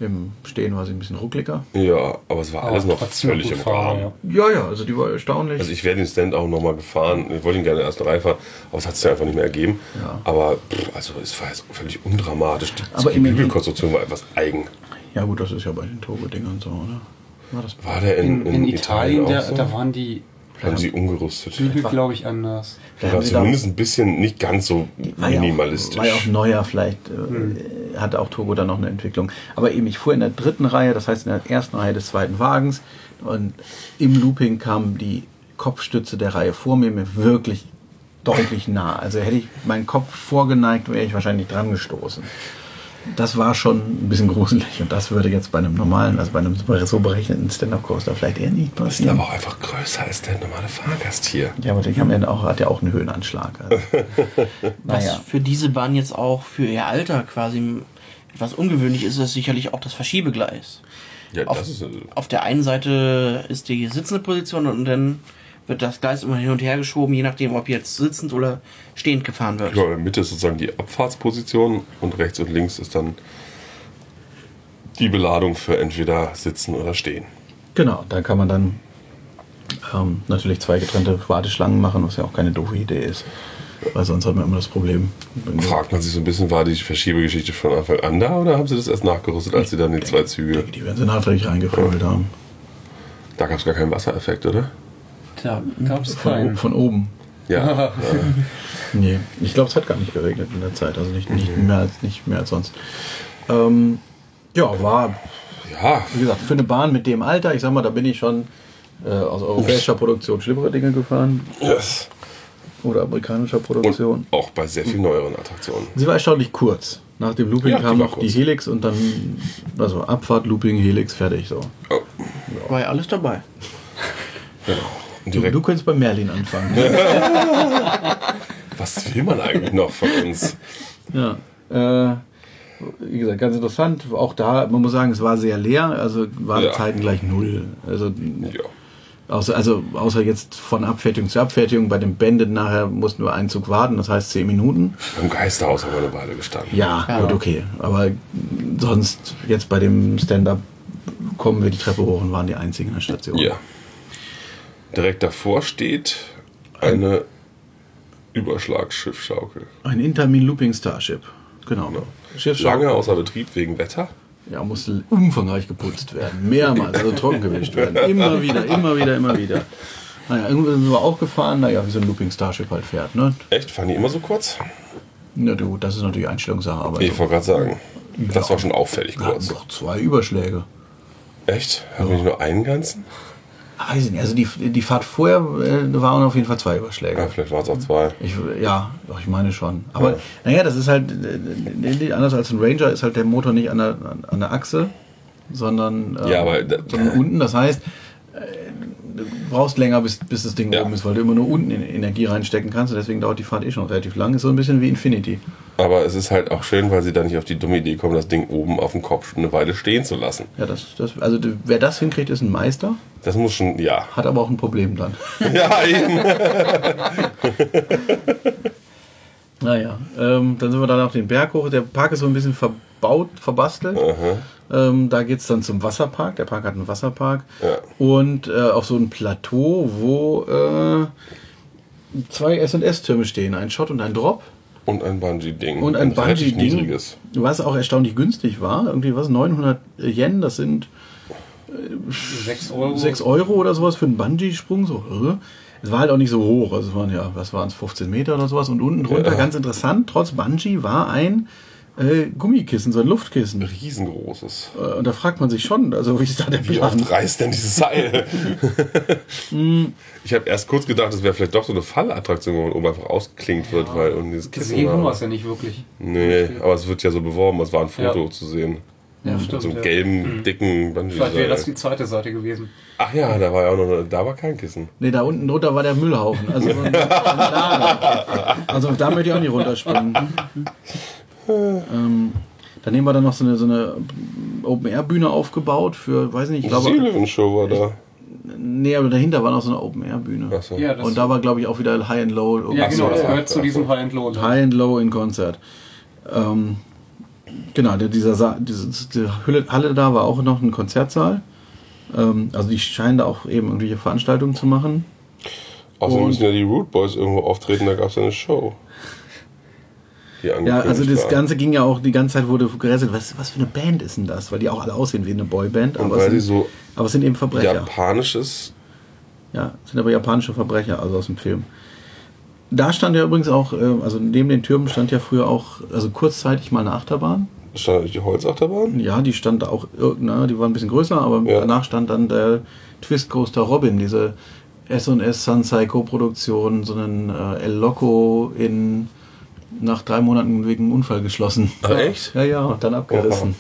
[SPEAKER 4] im Stehen war sie ein bisschen ruckliger.
[SPEAKER 1] Ja, aber es war alles noch
[SPEAKER 2] Trotzdem
[SPEAKER 1] völlig
[SPEAKER 2] gut
[SPEAKER 1] im
[SPEAKER 2] fahren,
[SPEAKER 1] Rahmen.
[SPEAKER 2] ja.
[SPEAKER 4] Ja, ja, also die war erstaunlich.
[SPEAKER 1] Also ich wäre den Stand auch nochmal gefahren. Ich wollte ihn gerne erst drei fahren, aber es hat sich einfach nicht mehr ergeben. Aber pff, also es war jetzt völlig undramatisch. Die,
[SPEAKER 4] Aber
[SPEAKER 1] die
[SPEAKER 4] immerhin-
[SPEAKER 1] Bügelkonstruktion war etwas eigen.
[SPEAKER 4] ja gut, das ist ja bei den Togo-Dingern so, oder? War das
[SPEAKER 1] War der in,
[SPEAKER 2] In, in Italien,
[SPEAKER 1] auch
[SPEAKER 2] da,
[SPEAKER 1] so?
[SPEAKER 2] da waren die
[SPEAKER 1] haben sie umgerüstet.
[SPEAKER 2] Bügel, glaube ich, anders.
[SPEAKER 1] War zumindest ein bisschen nicht ganz so
[SPEAKER 4] war ja
[SPEAKER 1] minimalistisch.
[SPEAKER 4] Auch, war ja auch neuer, vielleicht äh, hatte auch Togo dann noch eine Entwicklung. Aber eben, ich fuhr in der dritten Reihe, das heißt in der ersten Reihe des zweiten Wagens und im Looping kam die Kopfstütze der Reihe vor mir mir wirklich deutlich nah. Also hätte ich meinen Kopf vorgeneigt, wäre ich wahrscheinlich dran gestoßen. Das war schon ein bisschen gruselig und das würde jetzt bei einem normalen, also bei einem so berechneten Stand-Up-Coaster vielleicht eher nicht
[SPEAKER 1] ist
[SPEAKER 4] passieren.
[SPEAKER 1] aber auch einfach größer als der normale Fahrgast hier.
[SPEAKER 4] Ja, aber der haben ja auch, hat ja auch einen Höhenanschlag. Also.
[SPEAKER 1] Ah,
[SPEAKER 5] Was
[SPEAKER 4] naja.
[SPEAKER 5] für diese Bahn jetzt auch für ihr Alter quasi etwas ungewöhnlich ist, ist sicherlich auch das Verschiebegleis.
[SPEAKER 1] Ja,
[SPEAKER 5] Auf,
[SPEAKER 1] das ist, äh,
[SPEAKER 5] auf der einen Seite ist die sitzende Position und dann wird das Gleis immer hin und her geschoben, je nachdem, ob jetzt sitzend oder stehend gefahren wird.
[SPEAKER 1] Ja, in der Mitte ist sozusagen die Abfahrtsposition und rechts und links ist dann die Beladung für entweder sitzen oder stehen.
[SPEAKER 4] Genau, da kann man dann ähm, natürlich zwei getrennte Warteschlangen machen, was ja auch keine doofe Idee ist. Weil sonst hat man immer das Problem. wenn du-
[SPEAKER 1] Fragt man sich so ein bisschen, war die Verschiebegeschichte von Anfang an da oder haben sie das erst nachgerüstet, als sie dann die zwei Züge.
[SPEAKER 4] Die werden sie nachträglich reingefüllt haben.
[SPEAKER 1] Da gab es gar keinen Wassereffekt, oder?
[SPEAKER 2] Da gab es
[SPEAKER 4] Von, oben,
[SPEAKER 2] keinen.
[SPEAKER 4] von oben.
[SPEAKER 1] Ja.
[SPEAKER 4] Nee, ich glaube, es hat gar nicht geregnet in der Zeit. Also nicht, nicht, mehr, als, nicht mehr als sonst. Ähm, ja, war
[SPEAKER 1] Ja,
[SPEAKER 4] Wie gesagt, für eine Bahn mit dem Alter, ich sag mal, da bin ich schon äh, aus europäischer Produktion schlimmere Dinge gefahren
[SPEAKER 1] yes.
[SPEAKER 4] oder amerikanischer
[SPEAKER 1] und
[SPEAKER 4] Produktion.
[SPEAKER 1] auch bei sehr viel neueren Attraktionen.
[SPEAKER 4] Sie war erstaunlich kurz. Nach dem Looping
[SPEAKER 1] Ja, die
[SPEAKER 4] kam
[SPEAKER 1] war
[SPEAKER 4] noch die
[SPEAKER 1] kurz.
[SPEAKER 4] Helix und dann, also Abfahrt, Looping, Helix, fertig so.
[SPEAKER 1] Oh,
[SPEAKER 5] War ja alles dabei.
[SPEAKER 1] und
[SPEAKER 4] Du,
[SPEAKER 1] direkt,
[SPEAKER 4] du könntest bei Merlin anfangen.
[SPEAKER 1] was will man eigentlich noch von uns?
[SPEAKER 4] ja. Äh, wie gesagt, ganz interessant. Auch da, man muss sagen, es war sehr leer, also Wartezeiten gleich null. Also,
[SPEAKER 1] Ja.
[SPEAKER 4] außer, also außer jetzt von Abfertigung zu Abfertigung, bei dem Bandit nachher mussten wir einen Zug warten, das heißt zehn Minuten.
[SPEAKER 1] Im Geisterhaus haben wir eine Weile gestanden.
[SPEAKER 4] Ja, gut, okay. Aber sonst, jetzt bei dem Stand-Up kommen wir die Treppe hoch und waren die einzigen an der Station.
[SPEAKER 1] Ja. Direkt davor steht eine Überschlagsschiffschaukel.
[SPEAKER 4] Ein Intermin Looping Starship. Genau.
[SPEAKER 1] Lange
[SPEAKER 4] Schiffsschaukel.
[SPEAKER 1] außer Betrieb wegen Wetter.
[SPEAKER 4] Ja, muss umfangreich geputzt werden. Mehrmals, also trocken gewischt werden. Immer wieder, immer wieder, immer wieder. Naja, irgendwann sind wir auch gefahren, naja, wie so ein Looping Starship halt fährt, ne?
[SPEAKER 1] Echt? Fahren die immer so kurz?
[SPEAKER 4] Na du, gut, das ist natürlich Einstellungssache, aber
[SPEAKER 1] Ich wollte gerade sagen, das war schon auffällig
[SPEAKER 4] wir hatten
[SPEAKER 1] kurz.
[SPEAKER 4] doch zwei Überschläge.
[SPEAKER 1] Echt? Haben wir nicht nur einen ganzen?
[SPEAKER 4] Weiß ich nicht, also die, die Fahrt vorher äh, waren auf jeden Fall zwei Überschläge.
[SPEAKER 1] Ja, vielleicht waren es auch zwei.
[SPEAKER 4] Ich, ja, doch, ich meine schon. Aber naja, das ist halt, äh, anders als ein Ranger ist halt der Motor nicht an der, an der Achse, sondern, äh,
[SPEAKER 1] Ja, aber da-
[SPEAKER 4] sondern unten. Das heißt, äh, du brauchst länger, bis, bis das Ding
[SPEAKER 1] Ja.
[SPEAKER 4] oben ist, weil du immer nur unten in Energie reinstecken kannst. Und deswegen dauert die Fahrt eh schon relativ lang. Ist so ein bisschen wie Infinity.
[SPEAKER 1] Aber es ist halt auch schön, weil sie da nicht auf die dumme Idee kommen, das Ding oben auf dem Kopf eine Weile stehen zu lassen.
[SPEAKER 4] Ja, das, das, also d- wer das hinkriegt, ist ein Meister,
[SPEAKER 1] Das muss schon, ja.
[SPEAKER 4] hat aber auch ein Problem dann.
[SPEAKER 1] Ja, eben.
[SPEAKER 4] Naja, ähm, dann sind wir dann auf den Berg hoch. Der Park ist so ein bisschen verbaut, verbastelt. Ähm, da geht's dann zum Wasserpark. Der Park hat einen Wasserpark.
[SPEAKER 1] Ja.
[SPEAKER 4] Und äh, auf so ein Plateau, wo äh, zwei S&S-Türme stehen. Ein Shot und ein Drop.
[SPEAKER 1] Und ein Bungee-Ding.
[SPEAKER 4] Und ein
[SPEAKER 1] relativ
[SPEAKER 4] Bungee-Ding,
[SPEAKER 1] niedriges.
[SPEAKER 4] was auch erstaunlich günstig war. Irgendwie was, 900 Yen, das sind
[SPEAKER 2] 6 Euro.
[SPEAKER 4] 6 Euro oder sowas für einen Bungee-Sprung. So, äh. Es war halt auch nicht so hoch. Also es waren ja, was waren es, 15 Meter oder sowas. Und unten drunter,
[SPEAKER 1] Ja.
[SPEAKER 4] ganz interessant, trotz Bungee war ein äh, Gummikissen, so ein Luftkissen.
[SPEAKER 1] Riesengroßes.
[SPEAKER 4] Äh, Und da fragt man sich schon, also wie ist da der
[SPEAKER 1] Wie
[SPEAKER 4] Plan?
[SPEAKER 1] oft reißt denn dieses Seil? ich habe erst kurz gedacht, es wäre vielleicht doch so eine Fallattraktion, wo man oben einfach ausgeklingt wird, weil und dieses Kissen
[SPEAKER 2] Deswegen haben wir es
[SPEAKER 1] war.
[SPEAKER 2] ja nicht wirklich.
[SPEAKER 1] Nee, aber es wird ja so beworben, es war ein Foto zu sehen.
[SPEAKER 2] Ja,
[SPEAKER 1] Mit
[SPEAKER 2] stimmt.
[SPEAKER 1] so einem
[SPEAKER 2] ja.
[SPEAKER 4] Mhm.
[SPEAKER 1] gelben, dicken
[SPEAKER 2] Vielleicht wäre das
[SPEAKER 1] Bungee-Seil.
[SPEAKER 2] die zweite Seite gewesen.
[SPEAKER 1] Ach ja, da war ja auch noch, da war kein Kissen.
[SPEAKER 4] Nee, da unten drunter war der Müllhaufen. Also, so ein Lager. also da möchte ich auch nicht runterspringen. ähm, da nehmen wir dann noch so eine, so eine Open-Air-Bühne aufgebaut für, weiß nicht, ich glaube,
[SPEAKER 1] Seelöwenshow war da.
[SPEAKER 4] nee, aber dahinter war noch so eine Open-Air-Bühne.
[SPEAKER 1] Achso.
[SPEAKER 2] Ja, das,
[SPEAKER 4] Und da war, glaube ich, auch wieder High and Low.
[SPEAKER 2] ja
[SPEAKER 4] irgendwas.
[SPEAKER 2] genau,
[SPEAKER 1] so,
[SPEAKER 2] das
[SPEAKER 1] ja.
[SPEAKER 2] gehört zu diesem High and Low. ne?
[SPEAKER 4] High and Low in Konzert. Ähm, genau, der- dieser Sa diese, die Hülle- Halle da war auch noch ein Konzertsaal. Ähm, also die scheinen da auch eben irgendwelche Veranstaltungen zu machen.
[SPEAKER 1] Außerdem
[SPEAKER 4] Und-
[SPEAKER 1] müssen ja die Root Boys irgendwo auftreten, da gab es ja eine Show. Die
[SPEAKER 4] Ja, also
[SPEAKER 1] angekündigt
[SPEAKER 4] das
[SPEAKER 1] war.
[SPEAKER 4] Ganze ging ja auch, die ganze Zeit wurde gerätselt, was, was für eine Band ist denn das? Weil die auch alle aussehen wie eine Boyband,
[SPEAKER 1] Und
[SPEAKER 4] aber, es
[SPEAKER 1] weil die
[SPEAKER 4] sind,
[SPEAKER 1] so
[SPEAKER 4] aber es sind eben Verbrecher.
[SPEAKER 1] japanisches.
[SPEAKER 4] Ja, es sind aber japanische Verbrecher, also aus dem Film. Da stand ja übrigens auch, äh, also neben den Türmen stand ja früher auch, also kurzzeitig mal eine Achterbahn.
[SPEAKER 1] Stand da nicht die Holzachterbahn?
[SPEAKER 4] Ja, die stand da auch, ne, die war ein bisschen größer, aber
[SPEAKER 1] Ja.
[SPEAKER 4] danach stand dann der Twist Coaster Robin, diese S&S Sun Psycho Produktion, so einen äh, El Loco in nach drei Monaten wegen einem Unfall geschlossen.
[SPEAKER 1] Ah, echt?
[SPEAKER 4] Ja, ja, und dann abgerissen.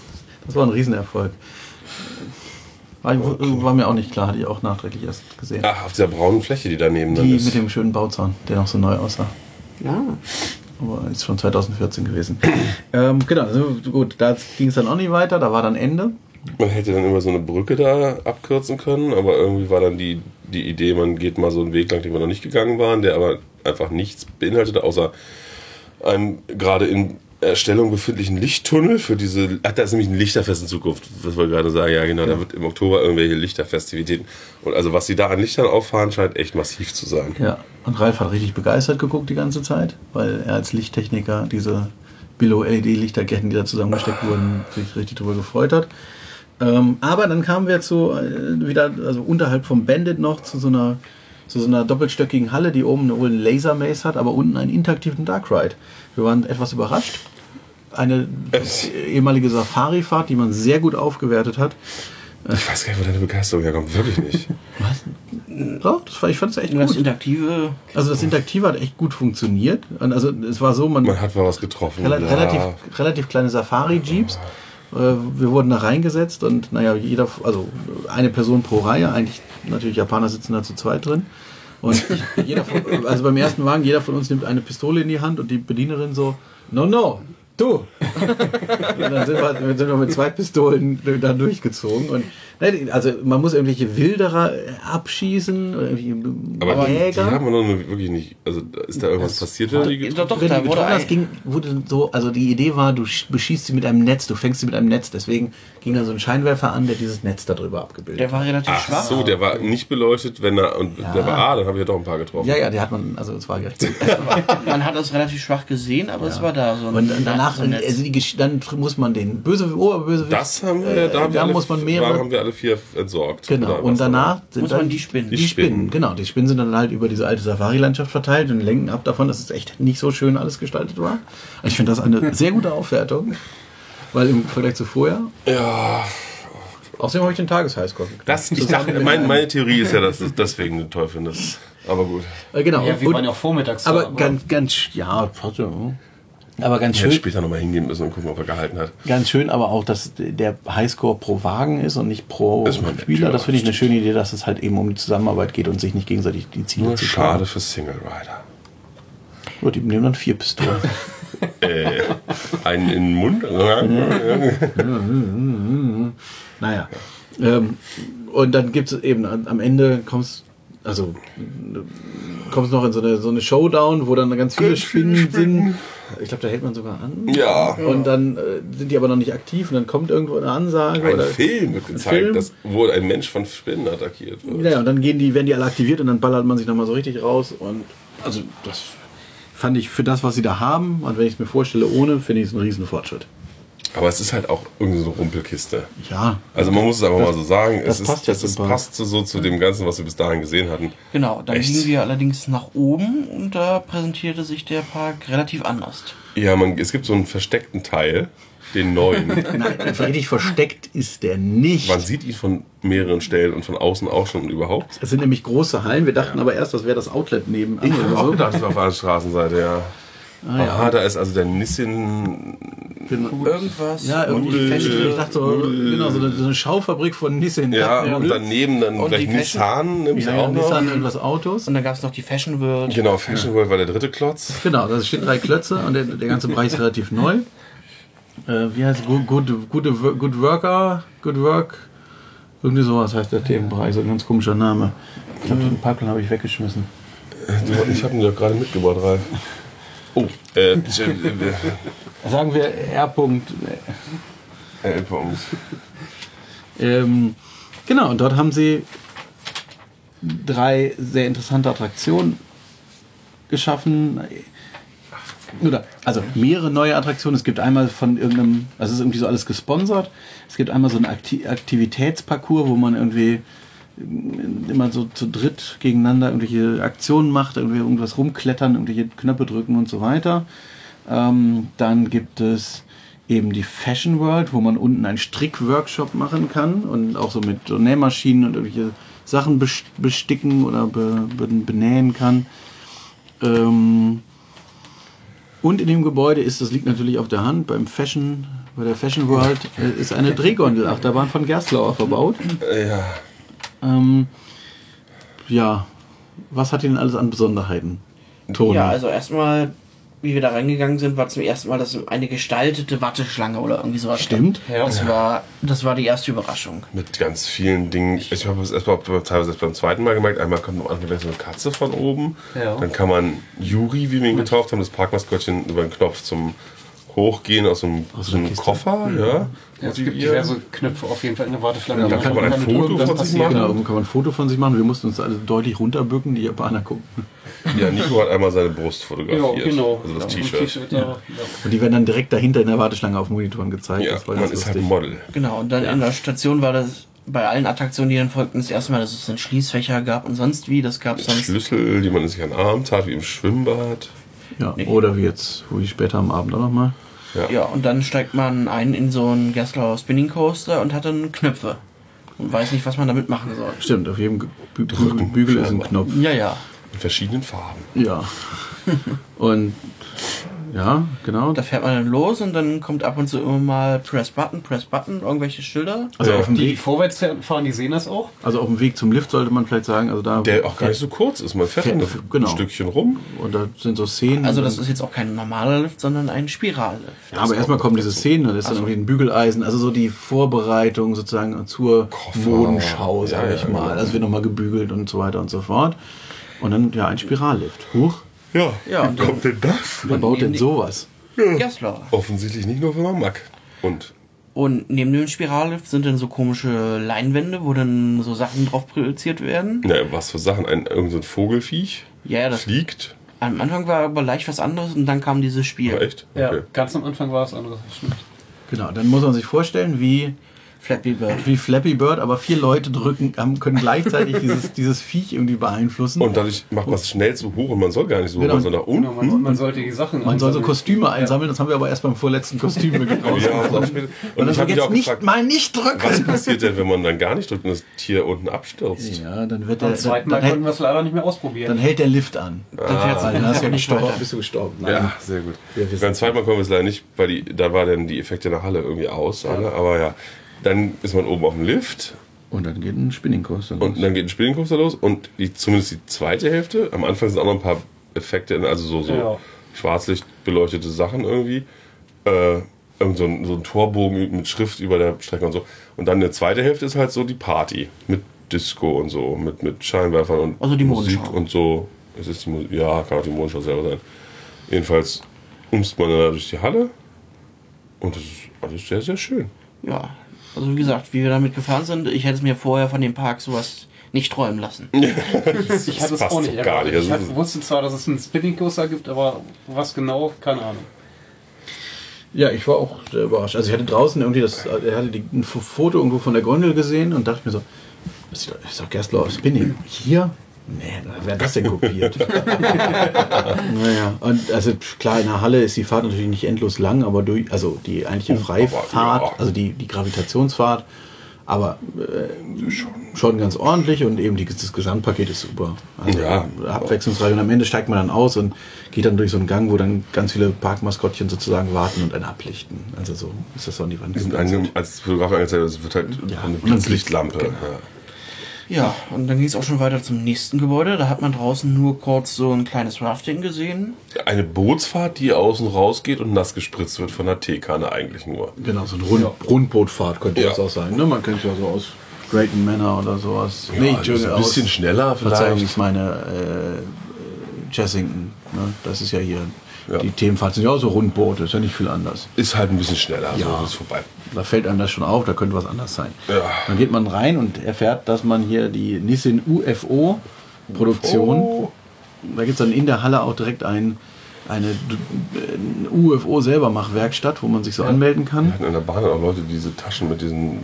[SPEAKER 4] Das war ein Riesenerfolg. War, war mir auch nicht klar, hatte ich auch nachträglich erst gesehen.
[SPEAKER 1] Ach, auf dieser braunen Fläche, die daneben dann
[SPEAKER 4] Die
[SPEAKER 1] ist.
[SPEAKER 4] mit dem schönen Bauzaun, der noch so neu aussah.
[SPEAKER 5] Ja.
[SPEAKER 4] Aber ist schon 2014 gewesen. ähm, genau, also gut, da ging es dann auch nicht weiter, da war dann Ende.
[SPEAKER 1] Man hätte dann immer so eine Brücke da abkürzen können, aber irgendwie war dann die, die Idee, man geht mal so einen Weg lang, den wir noch nicht gegangen waren, der aber einfach nichts beinhaltete, außer einem gerade in Erstellung befindlichen Lichttunnel für diese. Ach, da ist nämlich ein Lichterfest in Zukunft, was wir gerade sagen. Ja, genau, da wird im Oktober irgendwelche Lichterfestivitäten. Und also, was sie da an Lichtern auffahren, scheint echt massiv zu sein.
[SPEAKER 4] Ja, und Ralf hat richtig begeistert geguckt die ganze Zeit, weil er als Lichttechniker diese Billo-LED-Lichter kennen, die da zusammengesteckt wurden, sich richtig darüber gefreut hat. Ähm, aber dann kamen wir zu, äh, wieder, also unterhalb vom Bandit noch, zu so einer, zu so einer doppelstöckigen Halle, die oben eine Laser Maze hat, aber unten einen interaktiven Dark Ride. Wir waren etwas überrascht. eine ehemalige Safari-Fahrt, die man sehr gut aufgewertet hat.
[SPEAKER 1] Ich weiß gar nicht, wo deine Begeisterung herkommt. Wirklich nicht.
[SPEAKER 4] Doch, das war, ich fand es echt
[SPEAKER 5] Das
[SPEAKER 4] gut.
[SPEAKER 5] Interaktive.
[SPEAKER 4] Also das Interaktive hat echt gut funktioniert. Und Also es war so, man,
[SPEAKER 1] Man hat mal was getroffen.
[SPEAKER 4] Rel
[SPEAKER 1] ja.
[SPEAKER 4] relativ, relativ kleine Safari-Jeeps. Äh, Wir wurden da reingesetzt und naja, jeder, also eine Person pro Reihe, eigentlich natürlich Japaner sitzen da zu zweit drin. Und jeder von, also beim ersten Wagen, jeder von uns nimmt eine Pistole in die Hand und die Bedienerin so, no, no, du! und dann sind wir, sind wir mit zwei Pistolen da durchgezogen. Und, ne, also man muss irgendwelche Wilderer abschießen, oder irgendwelche
[SPEAKER 1] Aber die, die
[SPEAKER 4] Jäger.
[SPEAKER 1] haben wir noch nur wirklich nicht. Also da- ist da irgendwas passiert? wenn die
[SPEAKER 5] Doch, doch,
[SPEAKER 4] Wenn du
[SPEAKER 5] da wurde
[SPEAKER 4] getroffen hast,
[SPEAKER 5] ein,
[SPEAKER 4] ging, wurde so, also die Idee war, du sch- beschießt sie mit einem Netz, du fängst sie mit einem Netz. Deswegen ging dann so ein Scheinwerfer an, der dieses Netz darüber abgebildet
[SPEAKER 5] Der war relativ
[SPEAKER 1] Ach
[SPEAKER 5] schwach.
[SPEAKER 1] so, der war nicht beleuchtet, wenn er. Und der war, ah, dann habe ich ja doch ein paar getroffen.
[SPEAKER 4] Ja, ja, der hat man, also es war gerecht.
[SPEAKER 5] Man hat das relativ schwach gesehen, aber es war da so ein
[SPEAKER 4] Und dann danach,
[SPEAKER 5] so ein Netz.
[SPEAKER 4] also die, Gesch- dann muss man den böse Oberbösewicht.
[SPEAKER 1] Das haben wir, da, haben wir
[SPEAKER 4] da
[SPEAKER 1] alle,
[SPEAKER 4] muss man mehrere-
[SPEAKER 1] da haben wir alle vier entsorgt.
[SPEAKER 4] genau.
[SPEAKER 1] Oder
[SPEAKER 4] Und
[SPEAKER 1] was auch immer.
[SPEAKER 4] danach sind
[SPEAKER 5] Muss
[SPEAKER 4] dann
[SPEAKER 5] man die spinnen.
[SPEAKER 4] Die,
[SPEAKER 1] Die
[SPEAKER 4] Spinnen.
[SPEAKER 1] Spinnen.
[SPEAKER 4] genau. Die Spinnen sind dann halt über diese alte Safari-Landschaft verteilt und lenken ab davon, dass es echt nicht so schön alles gestaltet war. Und ich finde das eine sehr gute Aufwertung, weil im Vergleich zu vorher.
[SPEAKER 1] Ja,
[SPEAKER 4] Außerdem habe ich den Tageshighscore gekriegt.
[SPEAKER 1] das, ich dachte, mein, meine Theorie ist ja, dass es deswegen den Teufel ist. Aber gut.
[SPEAKER 4] Äh, Genau.
[SPEAKER 2] Ja, wir
[SPEAKER 4] Und-
[SPEAKER 2] waren ja auch vormittags
[SPEAKER 4] Aber
[SPEAKER 2] da,
[SPEAKER 4] ganz, ganz, ja, trotzdem. Aber ganz
[SPEAKER 1] Ich hätte
[SPEAKER 4] schön,
[SPEAKER 1] später nochmal hingehen müssen und gucken, ob er gehalten hat.
[SPEAKER 4] ganz schön, aber auch, dass der Highscore pro Wagen ist und nicht pro
[SPEAKER 1] Ist man
[SPEAKER 4] Spieler. Das finde ich eine
[SPEAKER 1] natürlich.
[SPEAKER 4] schöne Idee, dass es halt eben um die Zusammenarbeit geht und sich nicht gegenseitig die Ziele
[SPEAKER 1] Nur
[SPEAKER 4] zu
[SPEAKER 1] schade für Single Rider.
[SPEAKER 4] schaden. Gut, die nehmen dann vier Pistolen.
[SPEAKER 1] Äh, einen in den Mund.
[SPEAKER 4] naja. Ähm, und dann gibt es eben an- am Ende kommst also kommst noch in so eine, so eine Showdown, wo dann ganz viele Spinnen sind. Ich glaube, da hält man sogar an.
[SPEAKER 1] Ja.
[SPEAKER 4] Und dann äh, sind die aber noch nicht aktiv und dann kommt irgendwo eine Ansage
[SPEAKER 1] Ein
[SPEAKER 4] oder
[SPEAKER 1] Film wird gezeigt,
[SPEAKER 4] Film?
[SPEAKER 1] Dass, wo ein Mensch von Spinnen attackiert wird.
[SPEAKER 4] Ja, und dann gehen die, werden die alle aktiviert und dann ballert man sich nochmal so richtig raus. Und also das fand ich für das, was sie da haben, und wenn ich es mir vorstelle ohne, finde ich es einen riesen Fortschritt.
[SPEAKER 1] Aber es ist halt auch irgendwie so eine Rumpelkiste.
[SPEAKER 4] Ja.
[SPEAKER 1] Also man muss es einfach mal so sagen,
[SPEAKER 4] das
[SPEAKER 1] es, ist,
[SPEAKER 4] passt
[SPEAKER 1] passt,
[SPEAKER 4] jetzt
[SPEAKER 1] es ist,
[SPEAKER 4] super.
[SPEAKER 1] passt so zu dem Ganzen, was wir bis dahin gesehen hatten.
[SPEAKER 5] Genau, dann
[SPEAKER 1] Echt?
[SPEAKER 5] gingen wir allerdings nach oben und da präsentierte sich der Park relativ anders.
[SPEAKER 1] Ja, man, es gibt so einen versteckten Teil, den neuen.
[SPEAKER 4] Nein, richtig versteckt ist der nicht.
[SPEAKER 1] man sieht ihn von mehreren Stellen und von außen auch schon und überhaupt.
[SPEAKER 4] Es sind nämlich große Hallen. Wir dachten aber erst, das wäre das Outlet nebenan. oder so.
[SPEAKER 1] das ist auf einer Straßenseite, ja. Ah, da ist also der Nissin.
[SPEAKER 5] Irgendwas.
[SPEAKER 4] Ja, irgendwie
[SPEAKER 1] Nudel-
[SPEAKER 4] Fashion. Ich dachte so, genau, so eine, so eine Schaufabrik von Nissan.
[SPEAKER 1] Ja,
[SPEAKER 4] Dachten wir,
[SPEAKER 1] und daneben dann
[SPEAKER 5] Und
[SPEAKER 1] gleich
[SPEAKER 5] die Fashion-
[SPEAKER 1] Nissan, nämlich
[SPEAKER 4] ja,
[SPEAKER 1] auch noch.
[SPEAKER 4] Nissan irgendwas Autos.
[SPEAKER 5] Und dann gab es noch die Fashion World.
[SPEAKER 1] Genau, Fashion World war der dritte Klotz.
[SPEAKER 4] Genau, da stehen drei Klötze und der, der ganze Bereich ist relativ neu. Äh, wie heißt es? Good, good, good, good Worker, Good Work. Irgendwie sowas heißt der Themenbereich, so ein ganz komischer Name. Ich glaube, den Pipeline habe ich weggeschmissen.
[SPEAKER 1] Du, Ich habe ihn doch gerade mitgebracht, Ralf. Oh, äh, ich, äh,
[SPEAKER 4] Sagen wir R. -Punkt.
[SPEAKER 1] äh, äh, Punkt.
[SPEAKER 4] Ähm, genau, und dort haben sie drei sehr interessante Attraktionen geschaffen. Oder, also mehrere neue Attraktionen. Es gibt einmal von irgendeinem, also es ist irgendwie so alles gesponsert. Es gibt einmal so einen Akti Aktivitätsparcours, wo man irgendwie ähm, immer so zu dritt gegeneinander irgendwelche Aktionen macht, irgendwie irgendwas rumklettern, irgendwelche Knöpfe drücken und so weiter. Ähm, dann gibt es eben die Fashion World, wo man unten einen Strickworkshop machen kann und auch so mit so Nähmaschinen und irgendwelche äh, Sachen bes- besticken oder be be benähen kann. Ähm, und in dem Gebäude ist, das liegt natürlich auf der Hand, beim Fashion, bei der Fashion World äh, ist eine Drehgondel-Achterbahn von Gerstlauer verbaut.
[SPEAKER 1] Äh, ja.
[SPEAKER 4] Ähm, ja, was hat die denn alles an Besonderheiten? Toni.
[SPEAKER 5] Ja, also erstmal, wie wir da reingegangen sind, war zum ersten Mal dass eine gestaltete Watteschlange oder irgendwie sowas.
[SPEAKER 4] Stimmt.
[SPEAKER 5] stand. Das war, das war die erste Überraschung.
[SPEAKER 1] Mit ganz vielen Dingen. Ich habe es erst mal, teilweise erst beim zweiten Mal gemerkt. Einmal kommt am Anfang gleich so eine Katze von oben.
[SPEAKER 2] Ja.
[SPEAKER 1] Dann kann man Juri, wie wir ihn getauft haben, das Parkmaskottchen über den Knopf zum Hochgehen aus so einem, so einem Koffer. Ja.
[SPEAKER 2] Mhm. Ja, es gibt
[SPEAKER 1] Motivieren.
[SPEAKER 2] diverse Knöpfe auf jeden Fall in der Warteschlange.
[SPEAKER 1] da kann man ein
[SPEAKER 2] damit
[SPEAKER 1] Foto
[SPEAKER 2] irgendwas
[SPEAKER 1] von sich
[SPEAKER 2] passiert.
[SPEAKER 1] machen.
[SPEAKER 4] Genau, da kann man ein Foto von sich machen. Wir mussten uns alle deutlich runterbücken, die Japaner gucken.
[SPEAKER 1] ja, Nico hat einmal seine Brust
[SPEAKER 2] Ja,
[SPEAKER 1] fotografiert.
[SPEAKER 2] genau.
[SPEAKER 1] Also das
[SPEAKER 2] Ja, und
[SPEAKER 1] T-Shirt.
[SPEAKER 2] T-Shirt. Ja.
[SPEAKER 4] Und die werden dann direkt dahinter in der Warteschlange auf Monitoren gezeigt.
[SPEAKER 1] Ja,
[SPEAKER 4] das war
[SPEAKER 1] man
[SPEAKER 4] ganz
[SPEAKER 1] ist halt
[SPEAKER 4] lustig.
[SPEAKER 1] Model.
[SPEAKER 5] Genau, und dann in der Station war das bei allen Attraktionen, die dann folgten, das erste Mal, dass es dann Schließfächer gab und sonst wie. Das gab es sonst.
[SPEAKER 1] Schlüssel, die man sich an den Arm tat, wie im Schwimmbad.
[SPEAKER 4] ja, Oder wie jetzt, wo ich später am Abend auch nochmal.
[SPEAKER 1] Ja.
[SPEAKER 5] Ja, und dann steigt man ein in so einen Gerstlauer Spinning Coaster und hat dann Knöpfe. Und weiß nicht, was man damit machen soll.
[SPEAKER 4] Stimmt, auf jedem Bü- Bü Bügel ist ein Knopf.
[SPEAKER 5] Ja, ja.
[SPEAKER 1] In verschiedenen Farben.
[SPEAKER 4] Ja. Und ja, genau.
[SPEAKER 5] Da fährt man dann los und dann kommt ab und zu immer mal Press Button, Press Button, irgendwelche Schilder.
[SPEAKER 4] Also,
[SPEAKER 1] Ja.
[SPEAKER 4] auf dem
[SPEAKER 2] Die, die
[SPEAKER 4] Weg,
[SPEAKER 2] vorwärts fahren, die sehen das auch.
[SPEAKER 4] also auf dem Weg zum Lift sollte man vielleicht sagen, also da
[SPEAKER 1] Der auch gar nicht so kurz ist. Man fährt
[SPEAKER 4] Fährt-
[SPEAKER 1] ein
[SPEAKER 4] genau.
[SPEAKER 1] Stückchen rum.
[SPEAKER 4] und da sind so Szenen.
[SPEAKER 5] Also das ist jetzt auch kein normaler Lift, sondern ein Spirallift.
[SPEAKER 4] ja, aber erstmal kommen diese Szenen, dann ist dann irgendwie ein Bügeleisen, also so die Vorbereitung sozusagen zur
[SPEAKER 1] Koffer.
[SPEAKER 4] Modenschau, sage
[SPEAKER 1] Ja, ja,
[SPEAKER 4] ich mal.
[SPEAKER 1] genau.
[SPEAKER 4] Also wird nochmal gebügelt und so weiter und so fort. Und dann ja ein Spirallift. Huch,
[SPEAKER 1] Ja,
[SPEAKER 5] Ja,
[SPEAKER 1] wie
[SPEAKER 5] dann-
[SPEAKER 1] kommt denn das?
[SPEAKER 4] wer baut
[SPEAKER 5] nehmen
[SPEAKER 4] denn
[SPEAKER 5] die-
[SPEAKER 4] sowas?
[SPEAKER 5] Gerstlauer.
[SPEAKER 1] Offensichtlich nicht nur für Mamak. Und
[SPEAKER 5] Und neben dem Spirallift sind dann so komische Leinwände, wo dann so Sachen drauf projiziert werden.
[SPEAKER 1] na, was für Sachen? Ein, irgend so ein Vogelfiech
[SPEAKER 5] Ja, ja, das
[SPEAKER 1] fliegt.
[SPEAKER 5] am Anfang war aber leicht was anderes und dann kam dieses Spiel.
[SPEAKER 1] Ja. Echt?
[SPEAKER 2] Ja, ganz am Anfang war es anderes. das stimmt.
[SPEAKER 4] Genau, dann muss man sich vorstellen, wie
[SPEAKER 5] Flappy Bird.
[SPEAKER 4] wie Flappy Bird, aber vier Leute drücken, haben, können gleichzeitig dieses, dieses Viech irgendwie beeinflussen.
[SPEAKER 1] Und dadurch macht man es schnell zu hoch und man soll gar nicht so hoch,
[SPEAKER 4] Genau.
[SPEAKER 1] man soll nach unten.
[SPEAKER 2] Genau, man, man sollte die Sachen.
[SPEAKER 4] man soll so
[SPEAKER 2] ansammeln.
[SPEAKER 4] Kostüme einsammeln, das haben wir aber erst beim vorletzten Kostüm wirklich
[SPEAKER 1] Ja,
[SPEAKER 4] rausgefunden.
[SPEAKER 1] und dann später-
[SPEAKER 4] Genau. Und
[SPEAKER 1] und ich
[SPEAKER 4] dann
[SPEAKER 1] habe mich auch
[SPEAKER 4] jetzt nicht
[SPEAKER 1] gefragt,
[SPEAKER 4] mal nicht drücken.
[SPEAKER 1] was passiert denn, wenn man dann gar nicht drückt und das Tier unten abstürzt?
[SPEAKER 4] Ja, dann wird der,
[SPEAKER 2] Beim
[SPEAKER 4] dann,
[SPEAKER 2] zweiten
[SPEAKER 4] dann,
[SPEAKER 2] Mal konnten wir
[SPEAKER 4] hält,
[SPEAKER 2] es leider nicht mehr ausprobieren.
[SPEAKER 4] dann hält der Lift an.
[SPEAKER 5] Dann fährt's
[SPEAKER 4] Weil dann hast du ja
[SPEAKER 5] fährt nicht
[SPEAKER 4] gestorben,
[SPEAKER 5] weiter.
[SPEAKER 4] bist du gestorben. Nein.
[SPEAKER 1] Ja, sehr gut.
[SPEAKER 4] Wir wissen-
[SPEAKER 1] Beim zweiten Mal kommen wir es leider nicht, weil die, da war dann die Effekte der Halle irgendwie aus, alle. aber ja. Dann ist man oben auf dem Lift
[SPEAKER 4] Und dann geht ein Spinningkurs.
[SPEAKER 1] und dann geht ein Spielenkoaster los und die, zumindest die zweite Hälfte, am Anfang sind auch noch ein paar Effekte, also so, so
[SPEAKER 2] Ja.
[SPEAKER 1] schwarzlicht beleuchtete Sachen irgendwie. Äh, irgend so, ein, so ein Torbogen mit Schrift über der Strecke und so. Und dann eine zweite Hälfte ist halt so die Party mit Disco und so, mit, mit Scheinwerfern und
[SPEAKER 5] Also die
[SPEAKER 1] Musik
[SPEAKER 5] Modenschau.
[SPEAKER 1] und so. Es ist die Musik, ja, kann auch die Mondschau selber sein. Jedenfalls umst man dann da durch die Halle und es ist alles sehr, sehr schön.
[SPEAKER 5] Ja, also wie gesagt, wie wir damit gefahren sind, ich hätte es mir vorher von dem Park sowas nicht träumen lassen.
[SPEAKER 2] ich hatte es
[SPEAKER 1] passt
[SPEAKER 2] auch nicht
[SPEAKER 1] doch gar
[SPEAKER 2] erwartet.
[SPEAKER 1] nicht.
[SPEAKER 2] Ich
[SPEAKER 1] Also-
[SPEAKER 2] hatte, wusste zwar, dass es einen Spinning Coaster gibt, aber was genau, keine Ahnung.
[SPEAKER 1] ne-
[SPEAKER 4] Ja, ich war auch sehr überrascht. Also ich hatte draußen irgendwie das, er hatte die, ein F- Foto irgendwo von der Gondel gesehen und dachte mir so, das ist doch- das ist doch Gerstlauer Spinning. Hier? Nee, na, wer hat das denn kopiert? naja, und also pf, klar, in der Halle ist die Fahrt natürlich nicht endlos lang, aber durch, also die eigentliche Freifahrt,
[SPEAKER 1] ja.
[SPEAKER 4] also die, die Gravitationsfahrt, aber äh, schon ganz ordentlich und eben die, das Gesamtpaket ist super. Also
[SPEAKER 1] Ja.
[SPEAKER 4] abwechslungsreich und am Ende steigt man dann aus und geht dann durch so einen Gang, wo dann ganz viele Parkmaskottchen sozusagen warten und einen ablichten. Also so ist das so an die Wand.
[SPEAKER 1] Die sind
[SPEAKER 4] gegangen.
[SPEAKER 1] ange- als Fotograf angezeigt, das wird halt eine
[SPEAKER 4] und dann
[SPEAKER 1] Blitzlichtlampe.
[SPEAKER 4] Licht,
[SPEAKER 1] Ja.
[SPEAKER 5] Ja, und dann ging es auch schon weiter zum nächsten Gebäude. Da hat man draußen nur kurz so ein kleines Rafting gesehen.
[SPEAKER 1] Eine Bootsfahrt, die außen rausgeht und nass gespritzt wird von der Teekanne eigentlich nur.
[SPEAKER 4] Genau, so eine Rund Rundbootfahrt könnte
[SPEAKER 1] Ja.
[SPEAKER 4] das auch sein. Ne? Man könnte ja so aus Drayton Manor oder sowas.
[SPEAKER 1] Ja, also so ein bisschen schneller
[SPEAKER 4] Verzeihung, ich
[SPEAKER 1] vielleicht.
[SPEAKER 4] meine äh, Chessington. Ne? Das ist ja hier.
[SPEAKER 1] Ja.
[SPEAKER 4] Die Themenfahrt sind ja auch so Rundboote, ist ja nicht viel anders.
[SPEAKER 1] Ist halt ein bisschen schneller, also
[SPEAKER 4] Ja.
[SPEAKER 1] ist vorbei.
[SPEAKER 4] Da fällt einem das schon auf, da könnte was anders sein.
[SPEAKER 1] Ja.
[SPEAKER 4] Dann geht man rein und erfährt, dass man hier die Nissin UFO Produktion, da gibt es dann in der Halle auch direkt ein, eine D- äh, UFO selber Werkstatt, wo man sich so anmelden kann.
[SPEAKER 1] Wir hatten in der Bahn auch Leute die diese Taschen mit diesen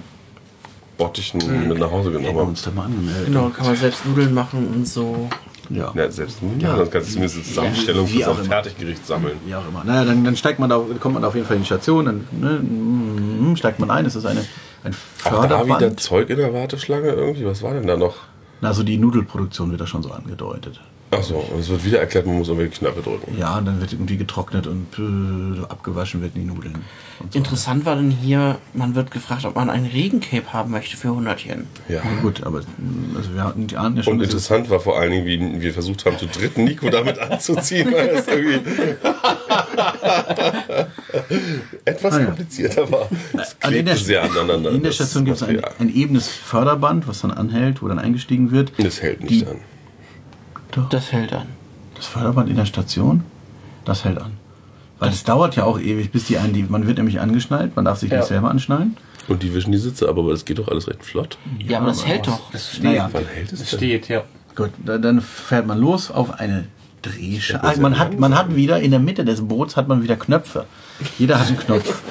[SPEAKER 1] Bottichen
[SPEAKER 4] Mhm.
[SPEAKER 1] mit nach Hause
[SPEAKER 4] Hätten wir
[SPEAKER 1] genommen.
[SPEAKER 4] uns da mal angemeldet.
[SPEAKER 5] Genau, kann man selbst Nudeln machen und so.
[SPEAKER 4] Ja.
[SPEAKER 1] Ja, selbst ja, das kannst du zumindest eine Zusammenstellung
[SPEAKER 4] wie
[SPEAKER 1] für so
[SPEAKER 4] auch
[SPEAKER 1] ein
[SPEAKER 4] immer.
[SPEAKER 1] Fertiggericht sammeln.
[SPEAKER 4] Wie auch immer. Naja, dann, dann steigt man da, kommt man auf jeden Fall in die Station, dann ne, mm, steigt man ein. Es ist eine, ein
[SPEAKER 1] Auch da wieder
[SPEAKER 4] Förderband.
[SPEAKER 1] Zeug in der Warteschlange irgendwie, was war denn da noch?
[SPEAKER 4] Also die Nudelproduktion wird da schon so angedeutet.
[SPEAKER 1] Achso, und es wird wieder erklärt, man muss irgendwie die Knappe drücken.
[SPEAKER 4] Ja, und dann wird irgendwie getrocknet und äh, abgewaschen werden die Nudeln. Und so.
[SPEAKER 5] Interessant war dann hier, man wird gefragt, ob man ein Regencape haben möchte für 100 Yen.
[SPEAKER 1] Ja.
[SPEAKER 4] Ja, gut, aber mm, also wir hatten die ahnen ja schon.
[SPEAKER 1] Und
[SPEAKER 4] dass es-
[SPEAKER 1] interessant war vor allen Dingen, wie wir versucht haben, zu dritten Nico damit anzuziehen, weil es irgendwie etwas
[SPEAKER 4] Ah, ja.
[SPEAKER 1] komplizierter war. Es
[SPEAKER 4] Also in der,
[SPEAKER 1] klebte sehr aneinander.
[SPEAKER 4] in der
[SPEAKER 1] das
[SPEAKER 4] Station gibt es ein,
[SPEAKER 1] Material.
[SPEAKER 4] ein ebenes Förderband, was dann anhält, wo dann eingestiegen wird.
[SPEAKER 1] Das hält nicht
[SPEAKER 4] Die-
[SPEAKER 1] an.
[SPEAKER 5] Das hält an.
[SPEAKER 4] Das Förderband in der Station, das hält an. Weil es dauert ja auch ewig, bis die einen, die, man wird nämlich angeschnallt, man darf sich
[SPEAKER 2] Ja.
[SPEAKER 4] nicht selber anschnallen.
[SPEAKER 1] Und die wischen die Sitze, aber das geht doch alles recht flott.
[SPEAKER 5] Ja, aber das hält doch.
[SPEAKER 2] Das steht.
[SPEAKER 4] Naja,
[SPEAKER 1] Wann hält es
[SPEAKER 2] Es
[SPEAKER 1] denn?
[SPEAKER 2] steht, ja.
[SPEAKER 4] gut, da- dann fährt man los auf eine Drehscheibe.
[SPEAKER 1] sehr
[SPEAKER 4] Ah, man, hat, man hat wieder in der Mitte des Boots hat man wieder Knöpfe. Jeder hat einen Knopf.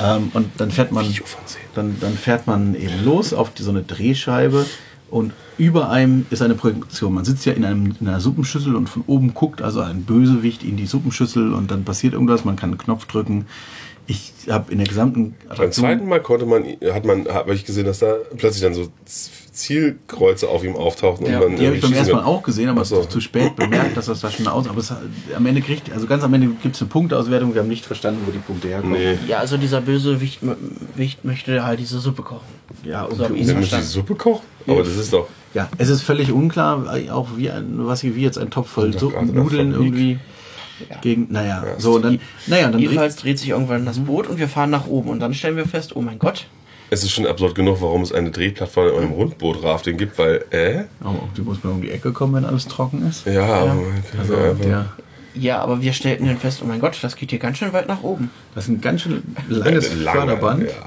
[SPEAKER 4] ähm, und dann fährt man
[SPEAKER 1] Video von sehen.
[SPEAKER 4] dann, dann fährt man eben los auf die, so eine Drehscheibe und über einem ist eine Projektion. Man sitzt ja in, einem, in einer Suppenschüssel und von oben guckt also ein Bösewicht in die Suppenschüssel und dann passiert irgendwas. Man kann einen Knopf drücken. Ich habe in der gesamten
[SPEAKER 1] Beim
[SPEAKER 4] Attraktion
[SPEAKER 1] zweiten Mal konnte man, hat man, habe ich gesehen, dass da plötzlich dann so Z- Zielkreuze auf ihm auftauchten
[SPEAKER 4] Ja,
[SPEAKER 1] und man
[SPEAKER 4] die habe ich beim
[SPEAKER 1] schießen
[SPEAKER 4] ersten Mal
[SPEAKER 1] kann.
[SPEAKER 4] auch gesehen, aber
[SPEAKER 1] Ach so.
[SPEAKER 4] zu, zu spät bemerkt, dass das da schon aus. Aber es, hat- am Ende kriegt, also ganz am Ende gibt es eine Punkteauswertung. Wir haben nicht verstanden, wo die Punkte herkommen.
[SPEAKER 1] Nee,
[SPEAKER 5] Ja, also dieser böse Wicht, Wicht möchte halt diese Suppe kochen.
[SPEAKER 4] Ja, und,
[SPEAKER 5] So hab ich's
[SPEAKER 1] dann
[SPEAKER 4] und,
[SPEAKER 1] muss die Suppe kochen. Aber das ist doch.
[SPEAKER 4] ja, es ist völlig unklar, äh, auch wie ein, was wie jetzt ein Topf voll
[SPEAKER 1] doch
[SPEAKER 4] so
[SPEAKER 1] gerade
[SPEAKER 4] Nudeln
[SPEAKER 1] davon
[SPEAKER 4] irgendwie gegen. Naja, so und dann, naja, und dann
[SPEAKER 5] Jedenfalls dreht sich irgendwann das Boot und wir fahren nach oben. Und dann stellen wir fest, oh mein Gott,
[SPEAKER 1] Es ist schon absurd genug, warum es eine Drehplattform in einem Rundbootrafting gibt, weil, äh?
[SPEAKER 4] Oh, du musst mal um die Ecke kommen, wenn alles trocken ist.
[SPEAKER 1] Ja, man kann
[SPEAKER 4] Also,
[SPEAKER 1] einfach-
[SPEAKER 4] ja.
[SPEAKER 5] ja, aber wir stellten dann fest, oh mein Gott, das geht hier ganz schön weit nach oben.
[SPEAKER 4] Das ist ein ganz schön langes
[SPEAKER 1] Lange,
[SPEAKER 4] Förderband.
[SPEAKER 1] Ja.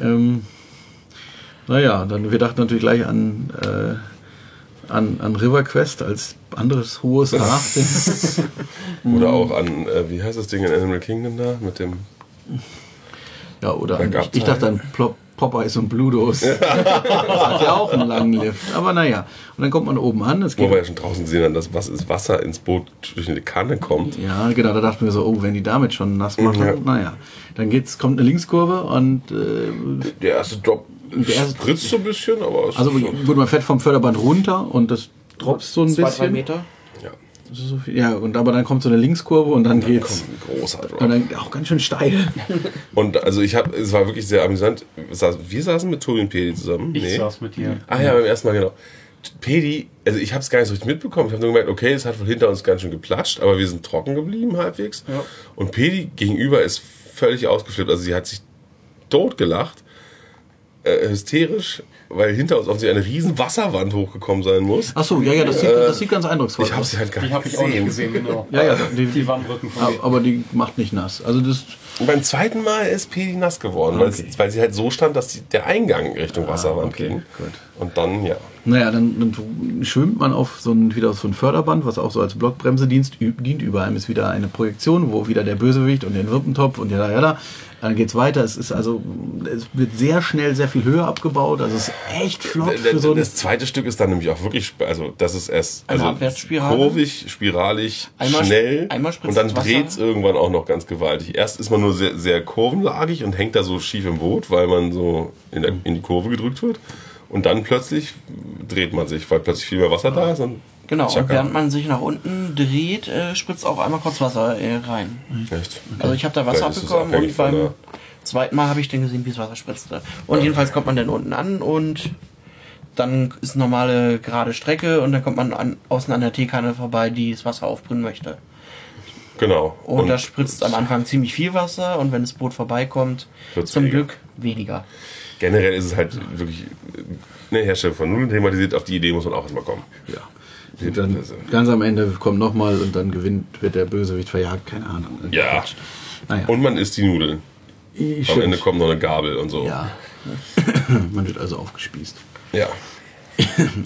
[SPEAKER 4] Ähm, naja, dann wir dachten natürlich gleich an, äh, an, an River Quest als anderes hohes Rafting.
[SPEAKER 1] Oder auch an, äh, wie heißt das Ding in Animal Kingdom da? Mit dem.
[SPEAKER 4] ja, oder an,
[SPEAKER 1] Bergabteil.
[SPEAKER 4] ich, ich dachte an Plop, Popeyes und Bludos. das hat ja auch einen langen Lift. Aber naja, und dann kommt man oben an. Es
[SPEAKER 1] Wo
[SPEAKER 4] geht,
[SPEAKER 1] wir ja schon draußen gesehen haben, dass was ist Wasser ins Boot durch eine Kanne kommt.
[SPEAKER 4] ja, genau, da dachten wir so, oh, wenn die damit schon nass machen,
[SPEAKER 1] Ja.
[SPEAKER 4] naja. Dann geht's, kommt eine Linkskurve und äh,
[SPEAKER 1] Der erste Drop
[SPEAKER 4] Der erste-
[SPEAKER 1] spritzt so ein bisschen, aber es
[SPEAKER 4] also
[SPEAKER 1] ist schon,
[SPEAKER 4] gut, man fährt vom Förderband runter und das droppt so ein
[SPEAKER 5] Zwei, drei
[SPEAKER 4] bisschen.
[SPEAKER 5] Meter.
[SPEAKER 1] ja,
[SPEAKER 4] So viel, ja, und aber dann kommt so eine Linkskurve und dann, geht's.
[SPEAKER 1] kommt ein großer Drop.
[SPEAKER 4] Und dann auch ganz schön steil.
[SPEAKER 1] Und also ich habe, es war wirklich sehr amüsant. Saß- Wir saßen mit Tobi und Pedi zusammen.
[SPEAKER 2] Ich saß mit dir.
[SPEAKER 1] Ach ja, beim ersten Mal, genau. Pedi, also ich habe es gar nicht so richtig mitbekommen. Ich habe nur gemerkt, okay, es hat wohl hinter uns ganz schön geplatscht, aber wir sind trocken geblieben halbwegs. Und Pedi gegenüber ist völlig ausgeflippt. Also sie hat sich totgelacht, äh, hysterisch, weil hinter uns offensichtlich eine riesen Wasserwand hochgekommen sein muss.
[SPEAKER 4] Achso, ja, ja, das sieht, das sieht ganz eindrucksvoll
[SPEAKER 1] Äh, Ich habe sie halt gar
[SPEAKER 2] Die
[SPEAKER 1] nicht
[SPEAKER 2] habe ich auch nicht
[SPEAKER 1] gesehen.
[SPEAKER 2] gesehen, genau.
[SPEAKER 4] Ja, ja, die-
[SPEAKER 2] die Ah, waren Rücken von mir.
[SPEAKER 4] aus. Aber die macht nicht nass. Also das,
[SPEAKER 1] Und beim zweiten Mal ist Pedi nass geworden, weil
[SPEAKER 4] Okay.
[SPEAKER 1] es- weil sie halt so stand, dass die, der Eingang Richtung Wasserwand
[SPEAKER 4] okay,
[SPEAKER 1] ging.
[SPEAKER 4] gut.
[SPEAKER 1] Und dann, ja.
[SPEAKER 4] naja, dann, dann schwimmt man auf so ein, wieder auf so ein Förderband, was auch so als Blockbremse dienst, ü- dient. Über einem ist wieder eine Projektion, wo wieder der Bösewicht und den Wimpentopf und ja, da, ja, da. Dann geht's weiter. Es ist also, es wird sehr schnell sehr viel Höhe abgebaut. Also es ist echt flott für so ein
[SPEAKER 1] Äh, das zweite Stück ist dann nämlich auch wirklich, sp- also das ist erst
[SPEAKER 5] Eine
[SPEAKER 1] also
[SPEAKER 5] Abwärtsspirale.
[SPEAKER 1] kurvig, spiralig,
[SPEAKER 5] Einmal sp-
[SPEAKER 1] schnell
[SPEAKER 5] einmal spritzt
[SPEAKER 1] und dann
[SPEAKER 5] das Wasser.
[SPEAKER 1] dreht es irgendwann auch noch ganz gewaltig. Erst ist man nur sehr, sehr kurvenlagig und hängt da so schief im Boot, weil man so in, der, in die Kurve gedrückt wird. Und dann plötzlich dreht man sich, weil plötzlich viel mehr Wasser da ist. Und
[SPEAKER 5] Genau, und
[SPEAKER 1] Tschakka.
[SPEAKER 5] während man sich nach unten dreht, äh, spritzt auch einmal kurz Wasser äh, rein.
[SPEAKER 1] Echt?
[SPEAKER 5] Also ich habe da Wasser
[SPEAKER 1] Vielleicht ist es
[SPEAKER 5] abbekommen
[SPEAKER 1] abhängig
[SPEAKER 5] und
[SPEAKER 1] von
[SPEAKER 5] beim
[SPEAKER 1] der-
[SPEAKER 5] zweiten Mal habe ich dann gesehen, wie das Wasser spritzte. Und jedenfalls kommt man dann unten an und dann ist normale gerade Strecke und dann kommt man an, außen an der Teekanne vorbei, die das Wasser aufbringen möchte.
[SPEAKER 1] Genau.
[SPEAKER 5] Und, da spritzt am Anfang ziemlich viel Wasser und wenn das Boot vorbeikommt,
[SPEAKER 1] Wird's
[SPEAKER 5] zum
[SPEAKER 1] weniger.
[SPEAKER 5] Glück weniger.
[SPEAKER 1] generell ist es halt wirklich eine Herstellung von Nudeln thematisiert. Auf die Idee muss man auch erstmal kommen. Also
[SPEAKER 4] Ja. Und dann ganz am Ende kommt nochmal und dann gewinnt, wird der Bösewicht verjagt, keine Ahnung.
[SPEAKER 1] Ja.
[SPEAKER 4] Quatsch. Naja.
[SPEAKER 1] Und man isst die Nudeln.
[SPEAKER 4] Ich-
[SPEAKER 1] Am Ende kommt noch eine Gabel und so.
[SPEAKER 4] Ja. Man wird also aufgespießt.
[SPEAKER 1] ja.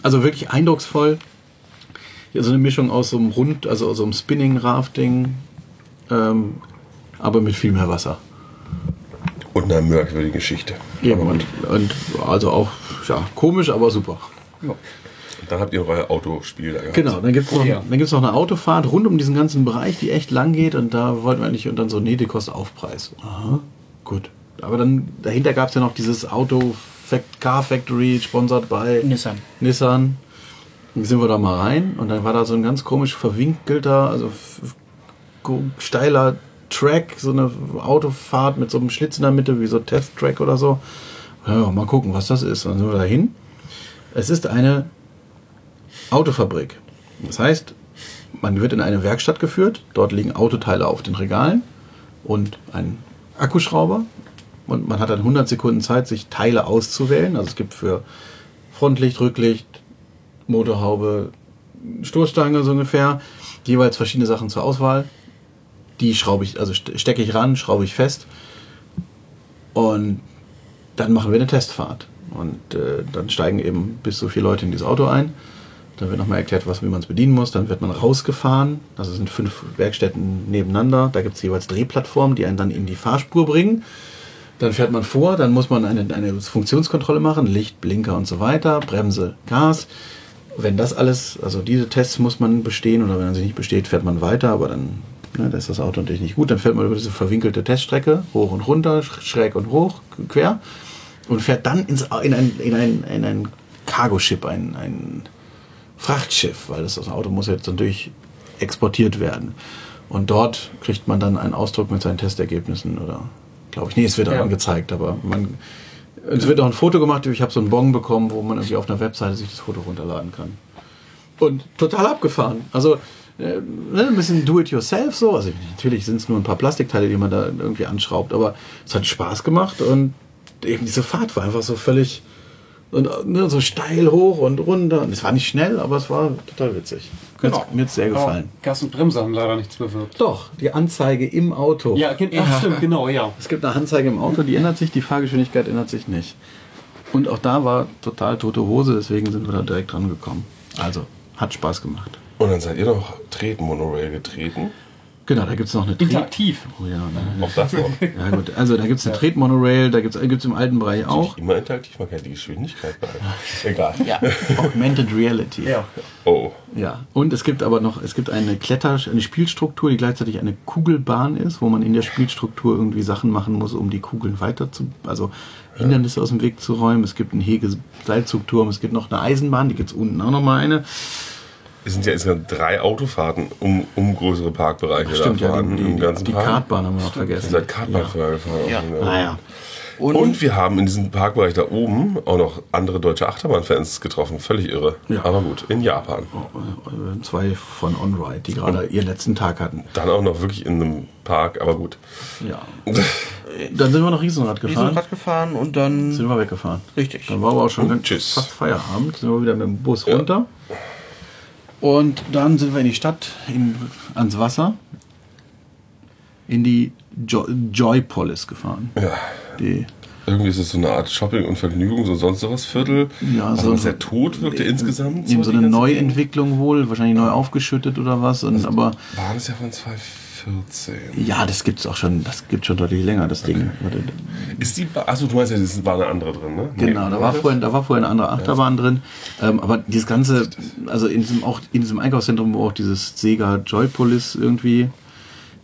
[SPEAKER 4] Also wirklich eindrucksvoll. Ja, so eine Mischung aus so einem Rund, also aus so einem Spinning-Rafting, ähm, aber mit viel mehr Wasser.
[SPEAKER 1] Und eine merkwürdige Geschichte.
[SPEAKER 4] Eben. Und, und also auch ja, komisch, aber super.
[SPEAKER 1] Und dann habt ihr noch euer Autospiel da gehabt.
[SPEAKER 4] Genau, dann gibt es noch,
[SPEAKER 2] ja.
[SPEAKER 4] dann gibt's noch eine Autofahrt rund um diesen ganzen Bereich, die echt lang geht und da wollten wir eigentlich und dann so, nee, die kostet Aufpreis. Aha, gut. Aber dann dahinter gab es ja noch dieses Auto Fact- Car Factory, sponsored bei
[SPEAKER 5] Nissan.
[SPEAKER 4] Nissan. Dann sind wir da mal rein und dann war da so ein ganz komisch verwinkelter, also f- f- go- steiler Track, so eine Autofahrt mit so einem Schlitz in der Mitte, wie so Test-Track oder so. Ja, mal gucken, was das ist. Dann sind wir da hin. Es ist eine Autofabrik. Das heißt, man wird in eine Werkstatt geführt, dort liegen Autoteile auf den Regalen und ein Akkuschrauber und man hat dann 100 Sekunden Zeit, sich Teile auszuwählen. Also es gibt für Frontlicht, Rücklicht, Motorhaube, Stoßstange so ungefähr, jeweils verschiedene Sachen zur Auswahl. Die schraube ich, also ste- stecke ich ran, schraube ich fest und dann machen wir eine Testfahrt. Und äh, dann steigen eben bis zu vier Leute in dieses Auto ein. Dann wird nochmal erklärt, was, wie man es bedienen muss. Dann wird man rausgefahren. Also es sind fünf Werkstätten nebeneinander. Da gibt es jeweils Drehplattformen, die einen dann in die Fahrspur bringen. Dann fährt man vor, dann muss man eine, eine Funktionskontrolle machen, Licht, Blinker und so weiter, Bremse, Gas. Wenn das alles, also diese Tests muss man bestehen oder wenn man sie nicht besteht, fährt man weiter, aber dann Ne, da ist das Auto natürlich nicht gut. Dann fährt man über diese verwinkelte Teststrecke, hoch und runter, sch- schräg und hoch, quer und fährt dann ins, Au- in ein, in ein, in ein Cargo-Ship, ein, ein Frachtschiff, weil das, das Auto muss jetzt natürlich exportiert werden. Und dort kriegt man dann einen Ausdruck mit seinen Testergebnissen oder glaube ich, nee, es wird auch
[SPEAKER 5] Ja.
[SPEAKER 4] angezeigt, aber man es wird auch ein Foto gemacht, ich habe so einen Bon bekommen, wo man irgendwie auf einer Webseite sich das Foto runterladen kann. Und total abgefahren. Also äh, ne, ein bisschen do-it-yourself so. Also natürlich sind es nur ein paar Plastikteile, die man da irgendwie anschraubt, aber es hat Spaß gemacht und eben diese Fahrt war einfach so völlig und, äh, ne, so steil hoch und runter. Und es war nicht schnell, aber es war total witzig. Mir hat's-
[SPEAKER 2] Genau.
[SPEAKER 4] Mir hat es sehr
[SPEAKER 2] Aber
[SPEAKER 4] gefallen.
[SPEAKER 2] Gas und Bremse haben leider nichts bewirkt.
[SPEAKER 4] Doch, die Anzeige im Auto.
[SPEAKER 2] Ja, gen- ach, stimmt, genau, ja.
[SPEAKER 4] Es gibt eine Anzeige im Auto, die ändert sich, die Fahrgeschwindigkeit ändert sich nicht. Und auch da war total tote Hose, deswegen sind wir da direkt dran gekommen. Also, hat Spaß gemacht.
[SPEAKER 1] Und dann seid ihr noch Treten, Monorail getreten.
[SPEAKER 4] Genau, da gibt es noch eine Tret-
[SPEAKER 2] Interaktiv.
[SPEAKER 4] Oh ja, ne?
[SPEAKER 1] Auch das noch.
[SPEAKER 4] ja, gut. Also, da gibt es eine Tretmonorail, da gibt es im alten Bereich auch.
[SPEAKER 1] Immer interaktiv, man kann die Geschwindigkeit behalten. Egal.
[SPEAKER 5] Ja.
[SPEAKER 4] Augmented Reality.
[SPEAKER 5] ja.
[SPEAKER 1] Oh.
[SPEAKER 4] Ja, und es gibt aber noch, es gibt eine Kletter, eine Spielstruktur, die gleichzeitig eine Kugelbahn ist, wo man in der Spielstruktur irgendwie Sachen machen muss, um die Kugeln weiter zu, also Hindernisse aus dem Weg zu räumen. Es gibt einen Hege-Seilzugturm, es gibt noch eine Eisenbahn, die gibt's unten auch nochmal eine.
[SPEAKER 1] Es sind ja insgesamt drei Autofahrten um, um größere Parkbereiche.
[SPEAKER 4] Stimmt, ja,
[SPEAKER 1] fahren,
[SPEAKER 4] die, die,
[SPEAKER 1] im ganzen
[SPEAKER 4] die
[SPEAKER 1] Park.
[SPEAKER 4] Kartbahn haben wir noch
[SPEAKER 1] Ihr
[SPEAKER 4] vergessen.
[SPEAKER 1] seid Kartbahn vorher gefahren.
[SPEAKER 5] Ja.
[SPEAKER 4] Naja,
[SPEAKER 5] Und,
[SPEAKER 1] Und wir haben in diesem Parkbereich da oben auch noch andere deutsche Achterbahnfans getroffen. Völlig irre.
[SPEAKER 4] Ja.
[SPEAKER 1] Aber gut, in Japan.
[SPEAKER 4] äh, zwei von OnRide, die gerade ihren letzten Tag hatten.
[SPEAKER 1] Dann auch noch wirklich in einem Park, aber gut.
[SPEAKER 4] Ja. Dann sind wir noch Riesenrad
[SPEAKER 5] wir
[SPEAKER 4] gefahren.
[SPEAKER 5] sind Rad gefahren und
[SPEAKER 4] Sind
[SPEAKER 5] dann
[SPEAKER 4] wir weggefahren.
[SPEAKER 5] richtig.
[SPEAKER 4] Dann war aber auch schon
[SPEAKER 1] Und
[SPEAKER 4] ganz
[SPEAKER 1] Oh, tschüss.
[SPEAKER 4] fast Feierabend. Sind wir wieder mit dem Bus runter. Und dann sind wir in die Stadt, in, ans Wasser, in die jo Joypolis gefahren.
[SPEAKER 1] Ja.
[SPEAKER 4] Die,
[SPEAKER 1] Irgendwie ist es so eine Art Shopping- und Vergnügungs- und sonst sowas Viertel.
[SPEAKER 4] Ja,
[SPEAKER 1] was
[SPEAKER 4] so- äh,
[SPEAKER 1] so sehr tot wirkte insgesamt.
[SPEAKER 4] eben so
[SPEAKER 1] die
[SPEAKER 4] eine
[SPEAKER 1] ganze
[SPEAKER 4] Neuentwicklung wohl, wahrscheinlich neu aufgeschüttet oder was.
[SPEAKER 1] Also
[SPEAKER 4] Und, aber
[SPEAKER 1] Gegend. Waren es ja von 2014.
[SPEAKER 4] ja, das gibt's auch schon, das gibt schon deutlich länger, das Ding. Warte,
[SPEAKER 1] Ist die. Achso, du meinst ja, das war eine andere drin, ne? Nee.
[SPEAKER 4] Genau, da war, vorhin, da war vorhin eine andere Achterbahn drin. Ähm, aber dieses ganze, also in diesem, auch, in diesem Einkaufszentrum, wo auch dieses Sega Joypolis irgendwie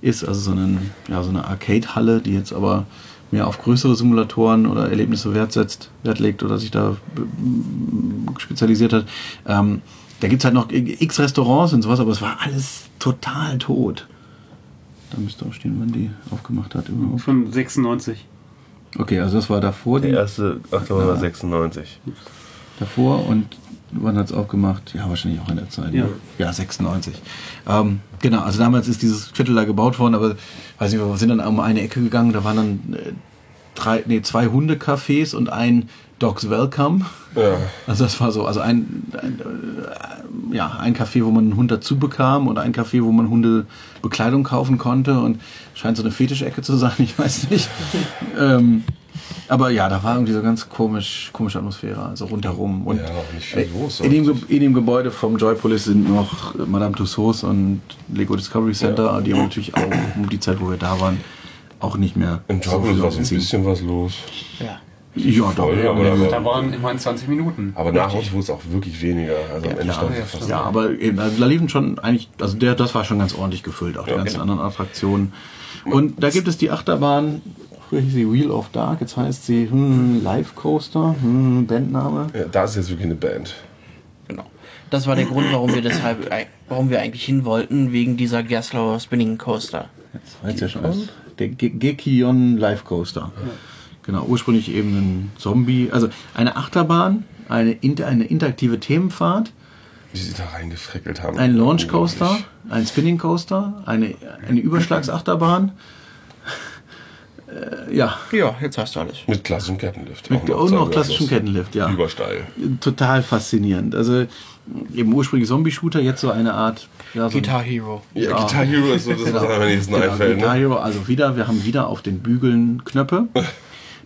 [SPEAKER 4] ist, also so, einen, ja, so eine Arcade-Halle, die jetzt aber mehr auf größere Simulatoren oder Erlebnisse Wert setzt, Wert legt oder sich da mm, spezialisiert hat. Ähm, da gibt es halt noch x Restaurants und sowas, aber es war alles total tot. Da müsste auch stehen, wann die aufgemacht hat. überhaupt.
[SPEAKER 2] Von 96.
[SPEAKER 4] Okay, also das war davor die.
[SPEAKER 1] Der erste Achterbahn war 96.
[SPEAKER 4] davor und wann hat's aufgemacht? Ja, wahrscheinlich auch in der Zeit. Ja, ja 96. Ähm, genau, also damals ist dieses Viertel da gebaut worden, aber weiß nicht, wir sind dann um eine Ecke gegangen, da waren dann äh, drei, nee, zwei Hunde-Cafés und ein Dogs Welcome.
[SPEAKER 1] Ja.
[SPEAKER 4] Also das war so, also ein, ein äh, ja, ein Café, wo man einen Hund dazu bekam und ein Café, wo man Hundebekleidung kaufen konnte und scheint so eine Fetischecke zu sein, ich weiß nicht. ähm, aber ja, da war irgendwie so ganz komisch, komische Atmosphäre, also rundherum. Und
[SPEAKER 1] Ja, auch nicht viel
[SPEAKER 4] äh,
[SPEAKER 1] los, also.
[SPEAKER 4] in, dem, Ge- in dem Gebäude vom Joypolis sind noch Madame Tussauds und Lego Discovery Center, die haben natürlich auch um die Zeit, wo wir da waren, auch nicht mehr.
[SPEAKER 1] Im Job
[SPEAKER 4] viel
[SPEAKER 1] war so ein
[SPEAKER 4] anziehen.
[SPEAKER 1] bisschen was los.
[SPEAKER 5] ja.
[SPEAKER 4] Ja, doch.
[SPEAKER 1] Voll, aber,
[SPEAKER 2] Da
[SPEAKER 1] aber,
[SPEAKER 2] waren immerhin 20 Minuten.
[SPEAKER 1] aber nach uns wurde es auch wirklich weniger. Also am Ende stand es fast
[SPEAKER 4] Ja, aber eben, also da liefen schon eigentlich, also der, das war schon ganz ordentlich gefüllt, auch die
[SPEAKER 1] Ja.
[SPEAKER 4] ganzen anderen Attraktionen. Und da gibt es die Achterbahn, früher hieß sie Wheel of Dark, jetzt heißt sie hm, Live Coaster, hm, Bandname.
[SPEAKER 1] Ja, da ist jetzt wirklich eine Band.
[SPEAKER 5] Genau. Das war der Grund, warum wir deshalb, warum wir eigentlich hin wollten, wegen dieser Gerslower Spinning Coaster.
[SPEAKER 4] Das war jetzt ja schon was. Der Ge- Gekion Live Coaster. Genau, ursprünglich eben ein Zombie, also eine Achterbahn, eine, inter, eine interaktive Themenfahrt,
[SPEAKER 1] Wie sie da reingefrickelt haben.
[SPEAKER 4] ein Launch Coaster, ein Spinning Coaster, eine, eine Überschlagsachterbahn. Äh, ja,
[SPEAKER 5] Ja, jetzt hast du alles.
[SPEAKER 1] Mit klassischem Kettenlift.
[SPEAKER 4] Mit auch noch klassischem
[SPEAKER 1] sagen wir
[SPEAKER 4] Kettenlift,
[SPEAKER 1] das.
[SPEAKER 4] ja.
[SPEAKER 1] Übersteil.
[SPEAKER 4] Total faszinierend. Also eben ursprünglich Zombie-Shooter, jetzt so eine Art ja, so ein-
[SPEAKER 5] Guitar Hero.
[SPEAKER 1] Ja, Guitar Hero ist so das, was einem am nächsten
[SPEAKER 4] genau,
[SPEAKER 1] einfällt.
[SPEAKER 4] Guitar
[SPEAKER 1] Ne?
[SPEAKER 4] Hero, also wieder, wir haben wieder auf den Bügeln Knöpfe.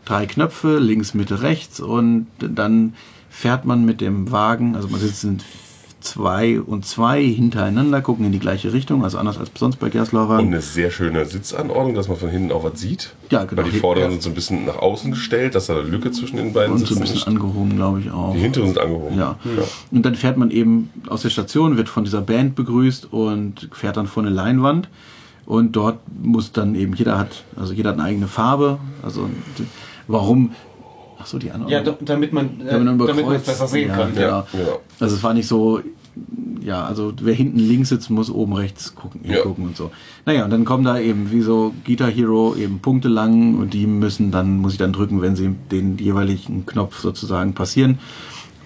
[SPEAKER 4] Drei Knöpfe, links, Mitte, rechts und dann fährt man mit dem Wagen, also man sitzt in zwei und zwei hintereinander, gucken in die gleiche Richtung, also anders als sonst bei
[SPEAKER 1] Und
[SPEAKER 4] Gerstlauern.
[SPEAKER 1] eine sehr schöne Sitzanordnung, dass man von hinten auch was sieht.
[SPEAKER 4] Ja, genau.
[SPEAKER 1] Weil die vorderen sind so ein bisschen nach außen gestellt, dass da eine Lücke zwischen den beiden
[SPEAKER 4] Und so ein
[SPEAKER 1] Sitzen
[SPEAKER 4] bisschen
[SPEAKER 1] ist.
[SPEAKER 4] angehoben, glaube ich, auch.
[SPEAKER 1] Die hinteren sind angehoben.
[SPEAKER 4] Ja. Hm. Und dann fährt man eben aus der Station, wird von dieser Band begrüßt und fährt dann vor eine Leinwand. Und dort muss dann eben, jeder hat, also jeder hat eine eigene Farbe. Also d- warum? Ach so, die andere.
[SPEAKER 2] Ja, da, damit man äh,
[SPEAKER 4] Damit
[SPEAKER 2] damit
[SPEAKER 4] man
[SPEAKER 2] man es
[SPEAKER 4] überkreuzt.
[SPEAKER 2] besser sehen
[SPEAKER 4] ja,
[SPEAKER 2] kann.
[SPEAKER 4] Genau.
[SPEAKER 2] Ja.
[SPEAKER 1] Ja.
[SPEAKER 4] Also es war nicht so, ja, also wer hinten links sitzt, muss oben rechts gucken,
[SPEAKER 1] Ja.
[SPEAKER 4] gucken und so. Naja, und dann kommen da eben wie so Guitar Hero eben Punkte lang und die müssen dann, muss ich dann drücken, wenn sie den jeweiligen Knopf sozusagen passieren.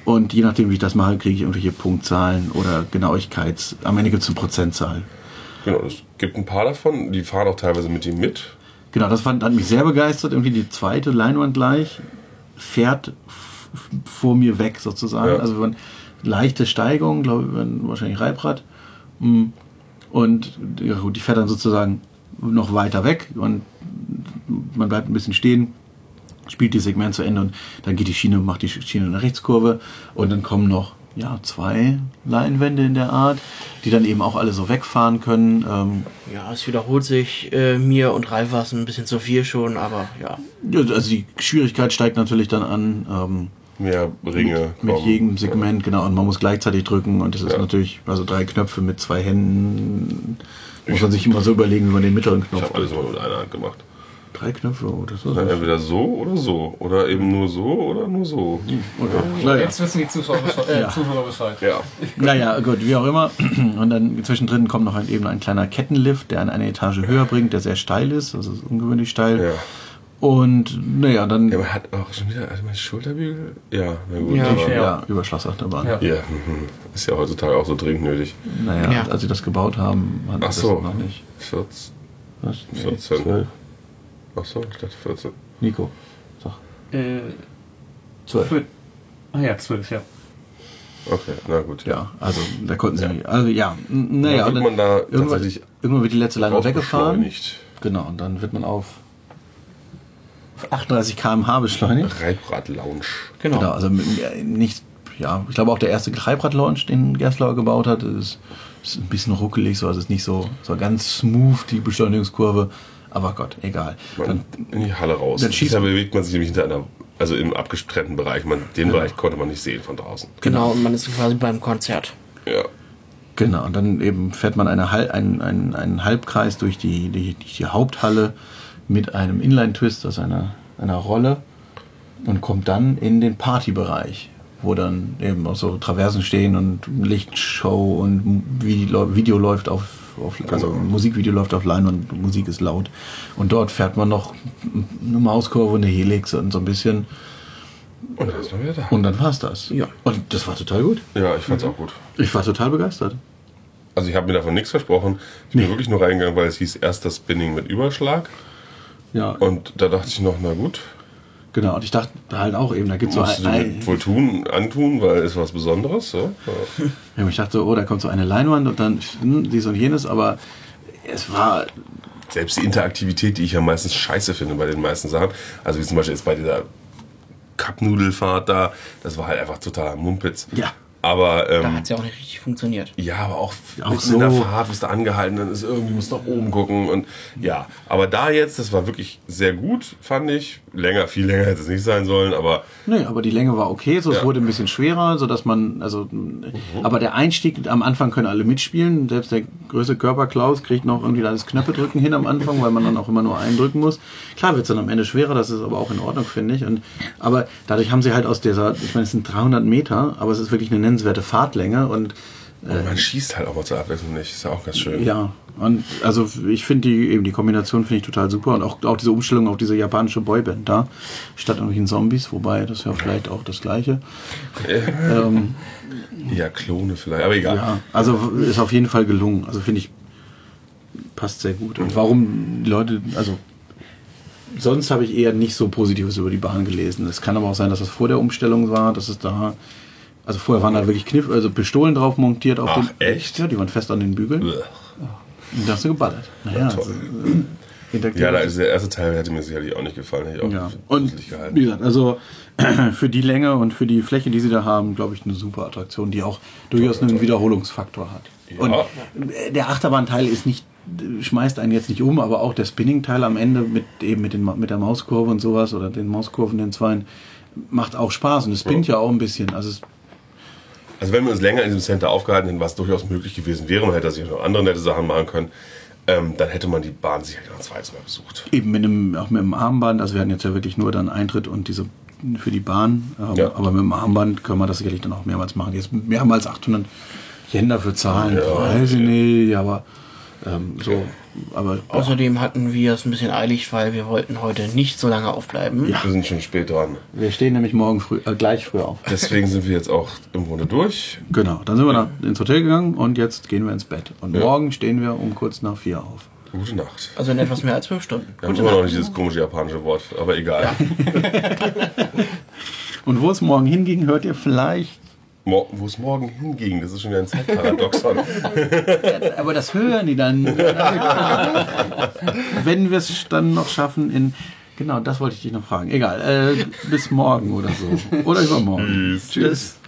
[SPEAKER 4] Und je nachdem, wie ich das mache, kriege ich irgendwelche Punktzahlen oder Genauigkeits. Am Ende gibt es eine Prozentzahl.
[SPEAKER 1] Genau, es gibt ein paar davon, die fahren auch teilweise mit ihm mit.
[SPEAKER 4] Genau, das fand, hat mich sehr begeistert. Irgendwie die zweite Leinwand gleich fährt f- f- vor mir weg sozusagen.
[SPEAKER 1] Ja.
[SPEAKER 4] Also wenn, leichte Steigung, glaube ich, wenn- wahrscheinlich Reibrad. Mm. Und ja, gut, die fährt dann sozusagen noch weiter weg und man bleibt ein bisschen stehen, spielt die Segment zu Ende und dann geht die Schiene, macht die Schiene eine Rechtskurve und dann kommen noch ja, zwei Leinwände in der Art, die dann eben auch alle so wegfahren können. Ähm,
[SPEAKER 5] Ja, es wiederholt sich. Äh, mir und Ralf war es ein bisschen zu viel schon, aber ja.
[SPEAKER 4] ja, also die Schwierigkeit steigt natürlich dann an. Ähm,
[SPEAKER 1] Mehr Ringe.
[SPEAKER 4] Mit
[SPEAKER 1] kommen.
[SPEAKER 4] jedem Segment, genau. Und man muss gleichzeitig drücken. Und das ist
[SPEAKER 1] Ja.
[SPEAKER 4] natürlich, also drei Knöpfe mit zwei Händen. Muss man sich immer so überlegen, wie man den mittleren
[SPEAKER 1] Ich
[SPEAKER 4] Knopf.
[SPEAKER 1] habe alles immer mit einer Hand gemacht.
[SPEAKER 4] Drei Knöpfe, oh, das ist
[SPEAKER 1] Dann entweder so oder so. Oder eben nur so oder nur so.
[SPEAKER 4] okay. naja.
[SPEAKER 2] Jetzt wissen die Zuschauer Bescheid. Äh,
[SPEAKER 4] Ja.
[SPEAKER 2] Zuhörer Bescheid.
[SPEAKER 1] Ja.
[SPEAKER 4] naja, gut, wie auch immer. Und dann zwischendrin kommt noch ein, eben ein kleiner Kettenlift, der einen eine Etage höher bringt, der sehr steil ist, also ist ungewöhnlich steil.
[SPEAKER 1] Ja.
[SPEAKER 4] Und naja, dann
[SPEAKER 1] Ja, man hat auch schon wieder hat mein Schulterbügel. Ja, na gut.
[SPEAKER 5] Ja.
[SPEAKER 1] aber-
[SPEAKER 4] ja, Überschlagsachterbahn.
[SPEAKER 2] Ja.
[SPEAKER 1] ja. mhm. Ist ja heutzutage auch so dringend nötig.
[SPEAKER 4] Naja,
[SPEAKER 5] Ja.
[SPEAKER 4] als sie das gebaut haben, hatten
[SPEAKER 1] Ach
[SPEAKER 4] das
[SPEAKER 1] so.
[SPEAKER 4] noch nicht.
[SPEAKER 1] 14.
[SPEAKER 4] Was? Nee,
[SPEAKER 1] 14.
[SPEAKER 4] zwölf.
[SPEAKER 1] Ach so, ich dachte 14.
[SPEAKER 4] Nico, sag.
[SPEAKER 2] Äh,
[SPEAKER 4] Zwölf.
[SPEAKER 2] für, ah ja, zwölf, ja.
[SPEAKER 1] Okay, na gut.
[SPEAKER 4] Ja, also da konnten sie ja. nicht. Also ja, n- naja,
[SPEAKER 1] Dann wird man da
[SPEAKER 4] irgendwann,
[SPEAKER 1] tatsächlich
[SPEAKER 4] irgendwann wird die letzte Leinwand weggefahren.
[SPEAKER 1] Nicht.
[SPEAKER 4] Genau, und dann wird man auf 38 km/h beschleunigt.
[SPEAKER 1] Reitbrat Lounge.
[SPEAKER 5] Genau.
[SPEAKER 4] Genau, also mit- ja, nicht, ja, ich glaube auch der erste Treibradlaunch, den Gerstlauer gebaut hat, ist, ist ein bisschen ruckelig, so, also ist nicht so, so ganz smooth die Beschleunigungskurve. Aber Gott, egal. Dann,
[SPEAKER 1] Man in die Halle raus.
[SPEAKER 4] dann schießt-
[SPEAKER 1] da bewegt man sich nämlich hinter einer, also im abgetrennten Bereich. Man, den Bereich konnte man nicht sehen von draußen.
[SPEAKER 5] Genau, und man ist quasi beim Konzert.
[SPEAKER 1] Ja.
[SPEAKER 4] Genau, und dann eben fährt man eine, Hal- einen, einen, einen Halbkreis durch die, die, durch die Haupthalle mit einem Inline-Twist aus einer, einer Rolle und kommt dann in den Partybereich, wo dann eben auch so Traversen stehen und Lichtshow und M- wie Leu- Video läuft auf, auf also Musikvideo läuft auf Leinwand und Musik ist laut. Und dort fährt man noch eine Mauskurve und eine Helix und so ein bisschen.
[SPEAKER 1] Und dann ist man wieder da.
[SPEAKER 4] Und dann war's das.
[SPEAKER 5] Ja.
[SPEAKER 4] Und das war total gut.
[SPEAKER 1] Ja, ich fand's auch gut.
[SPEAKER 4] Ich war total begeistert.
[SPEAKER 1] Also ich habe mir davon nichts versprochen. Ich bin wirklich nur reingegangen, weil es hieß erst das Spinning mit Überschlag.
[SPEAKER 4] Ja,
[SPEAKER 1] Und da dachte ich noch, na gut,
[SPEAKER 4] Genau, und ich dachte halt auch eben, da gibt es so
[SPEAKER 1] musst du
[SPEAKER 4] ein,
[SPEAKER 1] dir
[SPEAKER 4] ein,
[SPEAKER 1] mit wohl tun, antun, weil es was Besonderes. So. Ja.
[SPEAKER 4] Ja, Ich dachte, so, oh, da kommt so eine Leinwand und dann hm, dies und jenes, aber es war.
[SPEAKER 1] Selbst die Interaktivität, die ich ja meistens scheiße finde bei den meisten Sachen, also wie zum Beispiel jetzt bei dieser Cupnudelfahrt da, das war halt einfach totaler Mumpitz.
[SPEAKER 4] Ja.
[SPEAKER 1] Aber
[SPEAKER 5] Da
[SPEAKER 1] ähm,
[SPEAKER 5] hat's Mhm. ja auch nicht richtig funktioniert.
[SPEAKER 1] Ja, aber auch,
[SPEAKER 4] Auch
[SPEAKER 1] mitten
[SPEAKER 4] so.
[SPEAKER 1] in der Fahrt bist du angehalten, dann ist irgendwie, musst du nach oben gucken und ja. Aber da jetzt, das war wirklich sehr gut, fand ich. Länger, viel länger hätte es nicht sein sollen, aber
[SPEAKER 4] Nee, aber die Länge war okay, so es
[SPEAKER 1] Ja.
[SPEAKER 4] wurde ein bisschen schwerer, sodass man, also aber der Einstieg, am Anfang können alle mitspielen. Selbst der größte Körper Klaus kriegt noch irgendwie das Knöpfe drücken hin am Anfang, weil man dann auch immer nur einen drücken muss. Klar wird es dann am Ende schwerer, das ist aber auch in Ordnung, finde ich. Und aber dadurch haben sie halt aus dieser, ich meine, es sind 300 Meter, aber es ist wirklich eine nennenswerte Fahrtlänge und
[SPEAKER 1] und man schießt halt auch mal zur Abwechslung nicht. Ist ja auch ganz schön.
[SPEAKER 4] Äh. Ja, und also ich finde die eben die Kombination finde ich total super und auch, auch diese Umstellung auf diese japanische Boyband da statt irgendwelchen Zombies, wobei das ja vielleicht auch das gleiche. ähm,
[SPEAKER 1] Ja, Klone vielleicht, aber egal.
[SPEAKER 4] ja, also ist auf jeden Fall gelungen. Also finde ich passt sehr gut. Und warum die Leute, also sonst habe ich eher nicht so Positives über die Bahn gelesen. Es kann aber auch sein, dass das vor der Umstellung war, dass es da also vorher waren da wirklich Kniff, also Pistolen drauf montiert auf
[SPEAKER 1] Ach,
[SPEAKER 4] den
[SPEAKER 1] echt?
[SPEAKER 4] Ja, die waren fest an den Bügeln.
[SPEAKER 1] Uah.
[SPEAKER 4] Und da hast du geballert. Naja,
[SPEAKER 1] toll.
[SPEAKER 4] also, äh,
[SPEAKER 1] Ja, da ist der erste Teil hätte mir sicherlich auch nicht gefallen. Hätte ich auch
[SPEAKER 4] ja.
[SPEAKER 1] für
[SPEAKER 4] Und
[SPEAKER 1] gruselig
[SPEAKER 4] wie
[SPEAKER 1] gehalten.
[SPEAKER 4] gesagt, also für die Länge und für die Fläche, die sie da haben, glaube ich, eine super Attraktion, die auch durchaus einen Wiederholungsfaktor hat.
[SPEAKER 1] Ja.
[SPEAKER 4] Und äh, der Achterbahnteil ist nicht, äh, schmeißt einen jetzt nicht um, aber auch der Spinning-Teil am Ende mit eben mit, den, Ma- mit der Mauskurve und sowas oder den Mauskurven, den Zweien, macht auch Spaß und es spinnt ja auch ein bisschen. Also es
[SPEAKER 1] Also wenn wir uns länger in diesem Center aufgehalten hätten, was durchaus möglich gewesen wäre, man hätte sich auch noch andere nette Sachen machen können. ähm, dann hätte man die Bahn sicherlich noch ein zweites Mal besucht.
[SPEAKER 4] Eben mit einem, auch mit dem Armband, also wir hatten jetzt ja wirklich nur dann Eintritt und diese für die Bahn, ähm,
[SPEAKER 1] Ja.
[SPEAKER 4] aber mit dem Armband können wir das sicherlich dann auch mehrmals machen. Jetzt mehrmals 800 Yen dafür zahlen,
[SPEAKER 1] Ja.
[SPEAKER 4] weiß ich nicht, aber ähm, so, aber
[SPEAKER 5] Außerdem hatten wir es ein bisschen eilig, weil wir wollten heute nicht so lange aufbleiben.
[SPEAKER 1] Wir sind schon spät dran.
[SPEAKER 4] wir stehen nämlich morgen früh, äh, gleich früh auf.
[SPEAKER 1] Deswegen sind wir jetzt auch im Grunde durch.
[SPEAKER 4] Genau, dann sind wir nach, ins Hotel gegangen und jetzt gehen wir ins Bett. Und morgen stehen wir um kurz nach vier auf.
[SPEAKER 1] Gute Nacht.
[SPEAKER 5] Also in etwas mehr als fünf Stunden.
[SPEAKER 1] Wir haben immer noch nicht dieses komische japanische Wort, aber egal.
[SPEAKER 4] Und wo es morgen hinging, hört ihr vielleicht.
[SPEAKER 1] Mo- Wo es morgen hinging, das ist schon wieder ein Zeitparadoxon.
[SPEAKER 4] Aber das hören die dann. Wenn wir es dann noch schaffen in. Genau, das wollte ich dich noch fragen. Egal, äh, bis morgen oder so. Oder übermorgen. Tschüss.